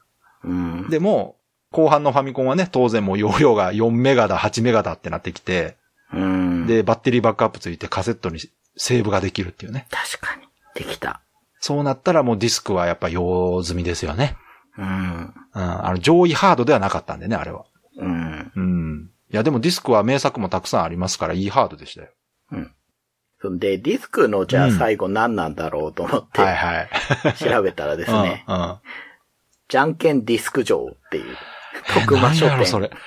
Speaker 3: うん。
Speaker 2: でも、後半のファミコンはね、当然もう容量が4メガだ、8メガだってなってきて、
Speaker 3: うん。
Speaker 2: で、バッテリーバックアップついてカセットにセーブができるっていうね。
Speaker 3: 確かに。できた。
Speaker 2: そうなったらもうディスクはやっぱ用済みですよね。
Speaker 3: うん。
Speaker 2: うん。あの、上位ハードではなかったんでね、あれは。
Speaker 3: うん。
Speaker 2: うん。いや、でもディスクは名作もたくさんありますから、いいハードでしたよ。
Speaker 3: そんで、ディスクのじゃ
Speaker 2: う
Speaker 3: あ
Speaker 2: ん
Speaker 3: 最後何なんだろうと思って
Speaker 2: はいはい。
Speaker 3: 調べたらですね、
Speaker 2: うん。うん。
Speaker 3: じゃんけんディスク城っ ていう
Speaker 2: え
Speaker 3: 特
Speaker 2: な
Speaker 3: 魔
Speaker 2: ん
Speaker 3: 書
Speaker 2: やろ、そ
Speaker 3: 店。
Speaker 2: れ。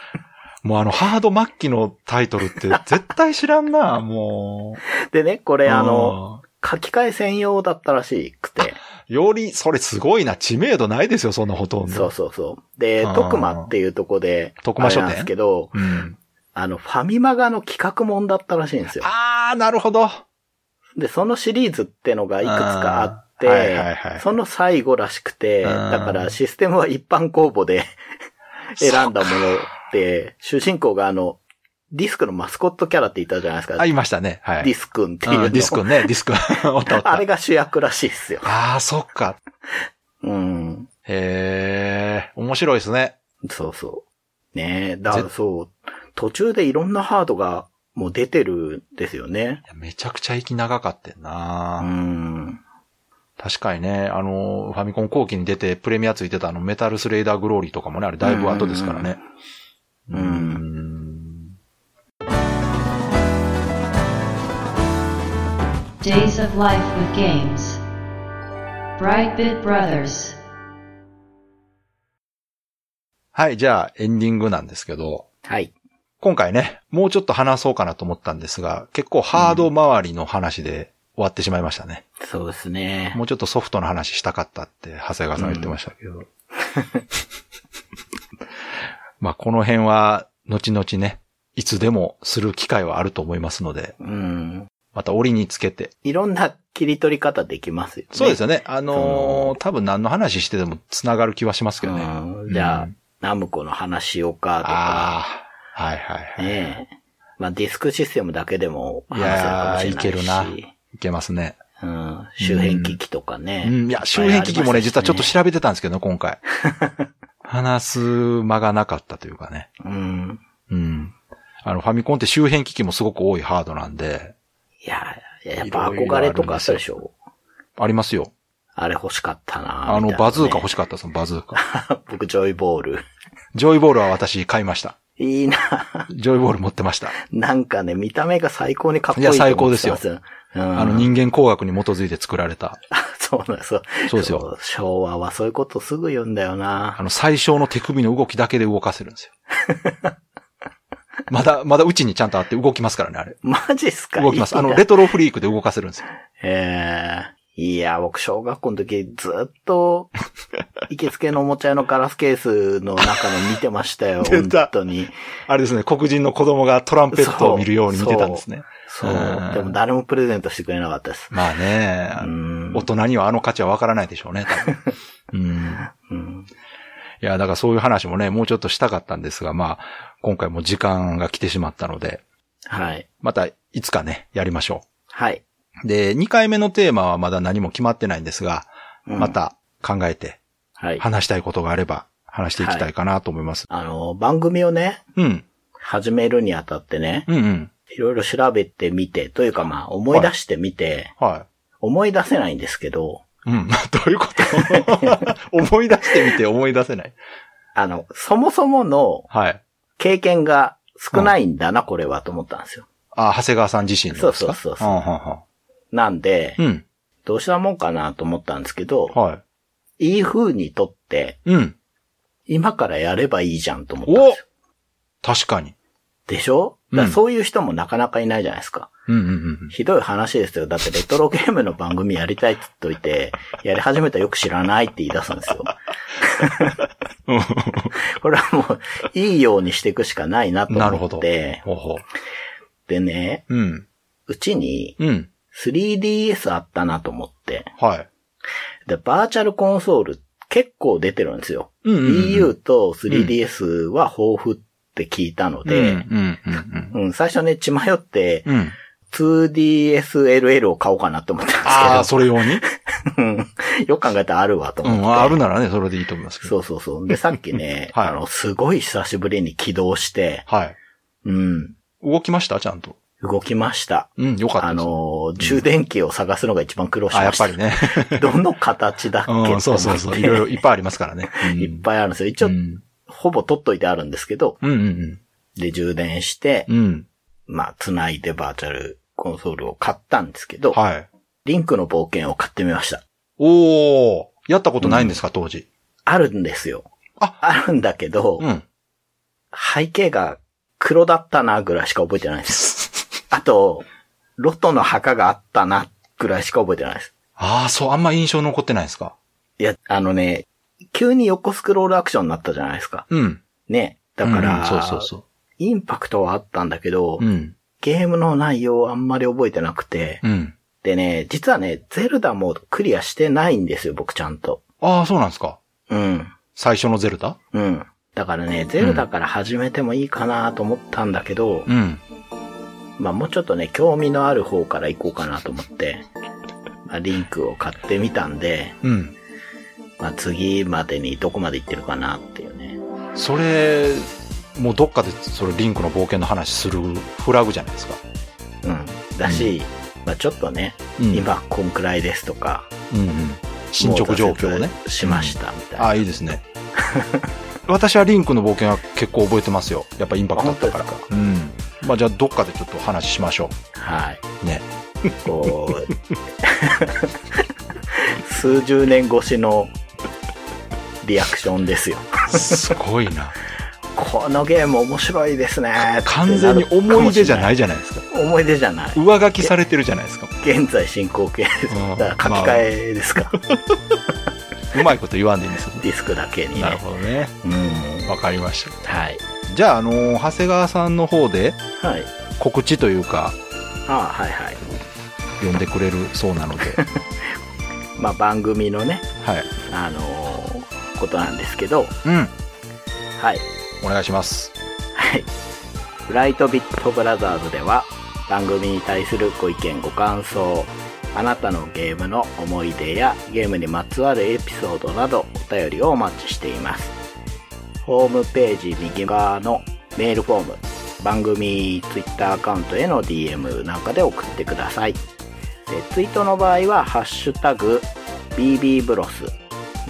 Speaker 2: もうあの、ハード末期のタイトルっ て絶対知らんな、もう。
Speaker 3: でね、これあの、
Speaker 2: うん、
Speaker 3: 書き換え専用だったらしくて、
Speaker 2: より、それすごいな、知名度ないですよ、そんなほとんど。
Speaker 3: そうそうそう。で
Speaker 2: うん、
Speaker 3: 特魔っていうとこで、
Speaker 2: 特魔書店
Speaker 3: あれなんですけど、
Speaker 2: うん。
Speaker 3: あの、ファミマガの企画もんだったらしいんですよ。
Speaker 2: あー、なるほど。
Speaker 3: で、そのシリーズってのがいくつかあって、
Speaker 2: あーはいはいはい
Speaker 3: その最後らしくて、
Speaker 2: うん
Speaker 3: だからシステムは一般公募で選んだもので、主人公があの、ディスクのマスコットキャラっていたじゃないですか。
Speaker 2: あ、いましたね。はい。
Speaker 3: ディ
Speaker 2: ス
Speaker 3: スクンって
Speaker 2: ク
Speaker 3: いうの。
Speaker 2: ディスクね、ディスク。 おったおった。
Speaker 3: あ
Speaker 2: あ
Speaker 3: れが主役らしいっすよ。
Speaker 2: あー、そっか。
Speaker 3: うん。
Speaker 2: へえ、面白いですね。
Speaker 3: そうそう。ねえ、だからそう、途中でいろんなハードがもう出てるんですよね
Speaker 2: い。やめちゃくちゃ息長かってんな、
Speaker 3: うん。
Speaker 2: 確かにね、あの、ファミコン後期に出てプレミアついてたあの、メタルスレイダーグローリーとかもね、あれだいぶ後ですからね。
Speaker 3: うんうんうん
Speaker 2: うーん
Speaker 1: Days of Life with Games. Brightbit Brothers.
Speaker 2: はい、じゃあエンディングなんですけど、
Speaker 3: はい。
Speaker 2: 今回ね、もうちょっと話そうかなと思ったんですが、結構ハード周りの話で、終わってしまいましたね。
Speaker 3: そうですね。
Speaker 2: もうちょっとソフトの話したかったって、長谷川さん言ってましたけど。 まあ、この辺は、後々ね、いつでもする機会はあると思いますので、
Speaker 3: うん。
Speaker 2: また折につけて。
Speaker 3: いろんな切り取り方できますよね。
Speaker 2: そうです
Speaker 3: よ
Speaker 2: よね。あのー多分何の話してでも繋がる気はしますけどね。
Speaker 3: じゃあ、
Speaker 2: うん
Speaker 3: ナムコの話しようかとか、
Speaker 2: ああ、はいはいはい。
Speaker 3: ねえ。まあディスクシステムだけでも話せるかもしれないし。
Speaker 2: いやーいけるな。いけますね。
Speaker 3: うん。周辺機器とかね。
Speaker 2: うん、いや、周辺機器もね、実
Speaker 3: いっぱいありました
Speaker 2: は
Speaker 3: しね
Speaker 2: ちょっと調べてたんですけどね、今 回。話す間がなかったというかね。
Speaker 3: うん。
Speaker 2: うん。あの、ファミコンって周辺機器もすごく多いハードなんで、
Speaker 3: いや、やっぱ憧れとかあったでしょ。
Speaker 2: ありますよ。
Speaker 3: あれ欲しかったな
Speaker 2: あの、バズーカ欲
Speaker 3: し
Speaker 2: しかったです、バズーカ。
Speaker 3: かった。 僕、ジョイボール。
Speaker 2: ジョイボールは私買いました。
Speaker 3: いいな
Speaker 2: ジョイボール持ってました。
Speaker 3: なんかね、見た目が最高にかっこいい。
Speaker 2: いや最高ですよ。
Speaker 3: うん。
Speaker 2: あの、人間工学に基づいて作られた。
Speaker 3: そうなんですよ。
Speaker 2: そうですよ
Speaker 3: そう。昭和はそういうことすぐ言うんだよな
Speaker 2: あの、最小の手首の動きだけで動かせるんですよ。まだ、まだうちにちゃんとあって動きますからね、あれ。
Speaker 3: マジっすか
Speaker 2: 動きます。あの、
Speaker 3: レ
Speaker 2: レトロフリークで動かせるんですよ。
Speaker 3: ええいや、僕、小学校の時、ずっと、 行きつけのおもちゃ屋のガラスケースの中の見てましたよ。
Speaker 2: 出
Speaker 3: 本
Speaker 2: た
Speaker 3: 当に。
Speaker 2: あれですね、黒人の子供がトランペットを見るように見てたんですね。
Speaker 3: そう
Speaker 2: うん。
Speaker 3: でも誰もプレゼントしてくれなかったです。
Speaker 2: まあね、
Speaker 3: う
Speaker 2: あの
Speaker 3: ん。
Speaker 2: 大人にはあの価値はわからないでしょうね、多分うん。
Speaker 3: うん
Speaker 2: いや、だからそういう話もね、もうちょっとしたかったんですが、まあ、今回も時間が来てしまったので、
Speaker 3: はい。
Speaker 2: またいつかね、やりましょ
Speaker 3: はい。
Speaker 2: う。で、2回目のテーマはまだ何も決まってないんですが、
Speaker 3: うん
Speaker 2: ま。た考えて
Speaker 3: はい。
Speaker 2: 話したいことがあれば話していきたいかなと思います。
Speaker 3: あの、番組をね、
Speaker 2: うん。
Speaker 3: 始めるにあたってね、
Speaker 2: うんうん。
Speaker 3: いろいろ調べてみて、というかまあ、思い出してみて、
Speaker 2: は
Speaker 3: 思い出せないんですけど、
Speaker 2: い。うん。 どういうこと 思い出してみて思い出せない。
Speaker 3: あの、そもそもの
Speaker 2: はい。
Speaker 3: 経験が少ないんだな、これはと思ったんですよ。
Speaker 2: あ、長谷川さん自身のですか
Speaker 3: そうそうそうそう
Speaker 2: うんう
Speaker 3: なんで、
Speaker 2: んうん、うん。
Speaker 3: どうしたもんかなと思ったんですけど、
Speaker 2: はい
Speaker 3: い風にとって、
Speaker 2: い。うん。
Speaker 3: 今からやればいいじゃんと思ったんですよ。
Speaker 2: 確かに。
Speaker 3: でしょだか
Speaker 2: うん
Speaker 3: らそういう人もなかなかいないじゃないですか。
Speaker 2: うんうんうん。
Speaker 3: ひどい話ですよ。だってレトロゲームの番組やりたいって言っといて、やり始めたらよく知らないって言い出すんです よ。これはもう、いいようにしていくしかないなと
Speaker 2: なるほ
Speaker 3: 思
Speaker 2: ど。
Speaker 3: って、
Speaker 2: ほうほう。
Speaker 3: でね、
Speaker 2: うん。
Speaker 3: うちに
Speaker 2: うん。
Speaker 3: 3DS あったなと思って、
Speaker 2: はい。
Speaker 3: で、バーチャルコンソール結構出てるんですよ。
Speaker 2: うんうんうん
Speaker 3: EU と 3DS は豊富って聞いたので、
Speaker 2: うんうんうん
Speaker 3: うん、最初ね、血迷って、
Speaker 2: うん。うん。
Speaker 3: 2DSLL を買おうかなと思ったんですけど
Speaker 2: ああ、、それ用に
Speaker 3: うん よく考えたらあるわと
Speaker 2: う
Speaker 3: 思って。
Speaker 2: ん。ああるならね、それでいいと思いますけど。
Speaker 3: そうそうそう。で、さっきね
Speaker 2: 、はい
Speaker 3: あの、すごい久しぶりに起動して、
Speaker 2: はい。
Speaker 3: うん、
Speaker 2: 動きましたちゃんと。
Speaker 3: 動きました。
Speaker 2: うん、よかった
Speaker 3: あ
Speaker 2: です。
Speaker 3: の、充電器を探すのが一番苦労し
Speaker 2: あ、や
Speaker 3: ま
Speaker 2: っ
Speaker 3: した。
Speaker 2: ぱりね。
Speaker 3: どの形だっけって
Speaker 2: う
Speaker 3: 思
Speaker 2: ん、そうそうそう。いろいろいっぱ いありますからね。うん
Speaker 3: いっぱいあるんですよ。一応、
Speaker 2: うん
Speaker 3: ほぼ取っといてあるんですけど、
Speaker 2: うんうん
Speaker 3: で、充電して
Speaker 2: う、ん。うん。
Speaker 3: まあ、繋いでバーチャルコンソールを買ったんですけど、
Speaker 2: はい。
Speaker 3: リンクの冒険を買ってみました。
Speaker 2: おお、やったことないんですか、当時。
Speaker 3: あるんですよ。
Speaker 2: あ
Speaker 3: あるんだけど、
Speaker 2: うん。
Speaker 3: 背景が黒だったなぐらいしか覚えてないです。あと、ロトの墓があったなぐらいしか覚えてないです。
Speaker 2: ああ、そう、あんま印象残ってないですか。
Speaker 3: いや、あのね、急に横スクロールアクションになったじゃないですか。
Speaker 2: うん。
Speaker 3: ね。だから、
Speaker 2: うんそうそうそ
Speaker 3: インパクトはあったんだけど、
Speaker 2: う。うん。
Speaker 3: ゲームの内容あんまり覚えてなくて、
Speaker 2: うん。
Speaker 3: でね、実はね、ゼルダもクリアしてないんですよ、僕ちゃんと。
Speaker 2: ああ、そうなんですか。
Speaker 3: うん。
Speaker 2: 最初のゼルダ
Speaker 3: うん。だからね、ゼルダから始めてもいいかなと思ったんだけど、
Speaker 2: うん。
Speaker 3: まあもうちょっとね、興味のある方から行こうかなと思って、まあ、リンクを買ってみたんで、
Speaker 2: うん。
Speaker 3: まあ次までにどこまで行ってるかなっていうね。
Speaker 2: それ、もうどっかで、それ、リンクの冒険の話するフラグじゃないですか。
Speaker 3: うん。だし、まあちょっとね、
Speaker 2: うん。
Speaker 3: 今こんくらいですとか、
Speaker 2: うんうん。進捗状況をね
Speaker 3: もう。挫折しましたみたい
Speaker 2: あ
Speaker 3: な。
Speaker 2: あ、いいですね。 私はリンクの冒険は結構覚えてますよ。やっぱインパクトあったから
Speaker 3: あ
Speaker 2: か
Speaker 3: 本。
Speaker 2: うん。まあじゃあどっかでちょっと話しましょ
Speaker 3: はい。
Speaker 2: う。ね。
Speaker 3: こう、 数十年越しのリアクションですよ。
Speaker 2: すごいな。
Speaker 3: このゲーム面白いですね。。
Speaker 2: 完全に思い出じゃないいじゃないですか。
Speaker 3: 思い出じゃない。
Speaker 2: 上書きされてるじゃないですか。
Speaker 3: 現在進行形です。
Speaker 2: うん
Speaker 3: だから書き換えですか。
Speaker 2: うまいこと言わんでいいんですよ。
Speaker 3: ディスクだけに
Speaker 2: なる
Speaker 3: ね。
Speaker 2: ほどね。
Speaker 3: うん。
Speaker 2: わかりました。
Speaker 3: はい。
Speaker 2: じゃあ、あのー長谷川さんの方で
Speaker 3: はい。
Speaker 2: 告知というか、
Speaker 3: ああ、はいはい。
Speaker 2: 呼んでくれるそうなの で、
Speaker 3: まあ番組のね、
Speaker 2: はい。
Speaker 3: あのーことなんですけど、
Speaker 2: うん。
Speaker 3: はい。
Speaker 2: お願いします。
Speaker 3: はい。ブライトビットブラザーズでは番組に対するご意見ご感想、あなたのゲームの思い出やゲームにまつわるエピソードなどお便りをお待ちしています。ホームページ右側のメールフォーム、番組ツイッターアカウントへの DM なんかで送ってください。でツイートの場合は、ハッシュタグ、BB ブロス、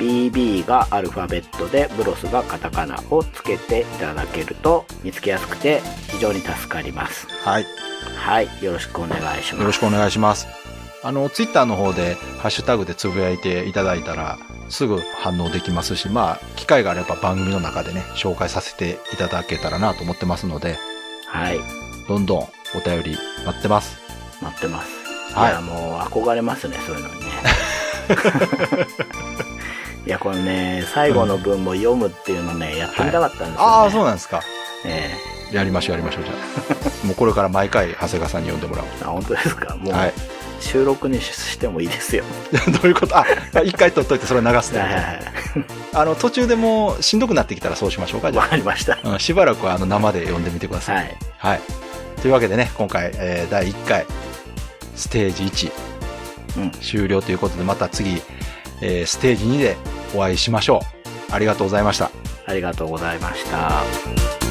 Speaker 3: BB がアルファベットで、ブロスがカタカナをつけていただけると見つけやすくて非常に助かります。
Speaker 2: はい。
Speaker 3: はい、よろしくお願いし
Speaker 2: よ
Speaker 3: ま
Speaker 2: ろ
Speaker 3: す。
Speaker 2: しくお願いします。あの、ツイッターの方で、ハッシュタグでつぶやいていただいたら、すぐ反応できますし、まあ、機会があれば番組の中でね、紹介させていただけたらなと思ってますので、
Speaker 3: はい、
Speaker 2: どんどんお便り待ってます。
Speaker 3: 待ってます。
Speaker 2: はい
Speaker 3: い、や、もう憧れますね、そういうのにね。 いや、これね、最後の文も読むっていうのね、やってみたかったんですよ、ね
Speaker 2: ああ、そうなんですか。
Speaker 3: え
Speaker 2: やりましょう、やりましょう、じゃあ。もうこれから毎回、長谷川さんに呼んでもらおう。
Speaker 3: えあ、本当ですか。もう、
Speaker 2: はい。
Speaker 3: 収録にしてもいいですよ。
Speaker 2: どういうことあ、一回取っといてそれ流す
Speaker 3: はい
Speaker 2: ね。
Speaker 3: はいは
Speaker 2: あの、途中でもうしんどくなってきたらそうしましょうか、
Speaker 3: い
Speaker 2: じゃ
Speaker 3: わかりました。
Speaker 2: あ。うんしばらくはあの生で呼んでみてください。
Speaker 3: はい。
Speaker 2: はい。というわけでね、今回、えー第1回、ステージ1、
Speaker 3: うん
Speaker 2: 終了ということで、また次、えーステージ2でお会いしましょう。ありがとうございました。
Speaker 3: ありがとうございました。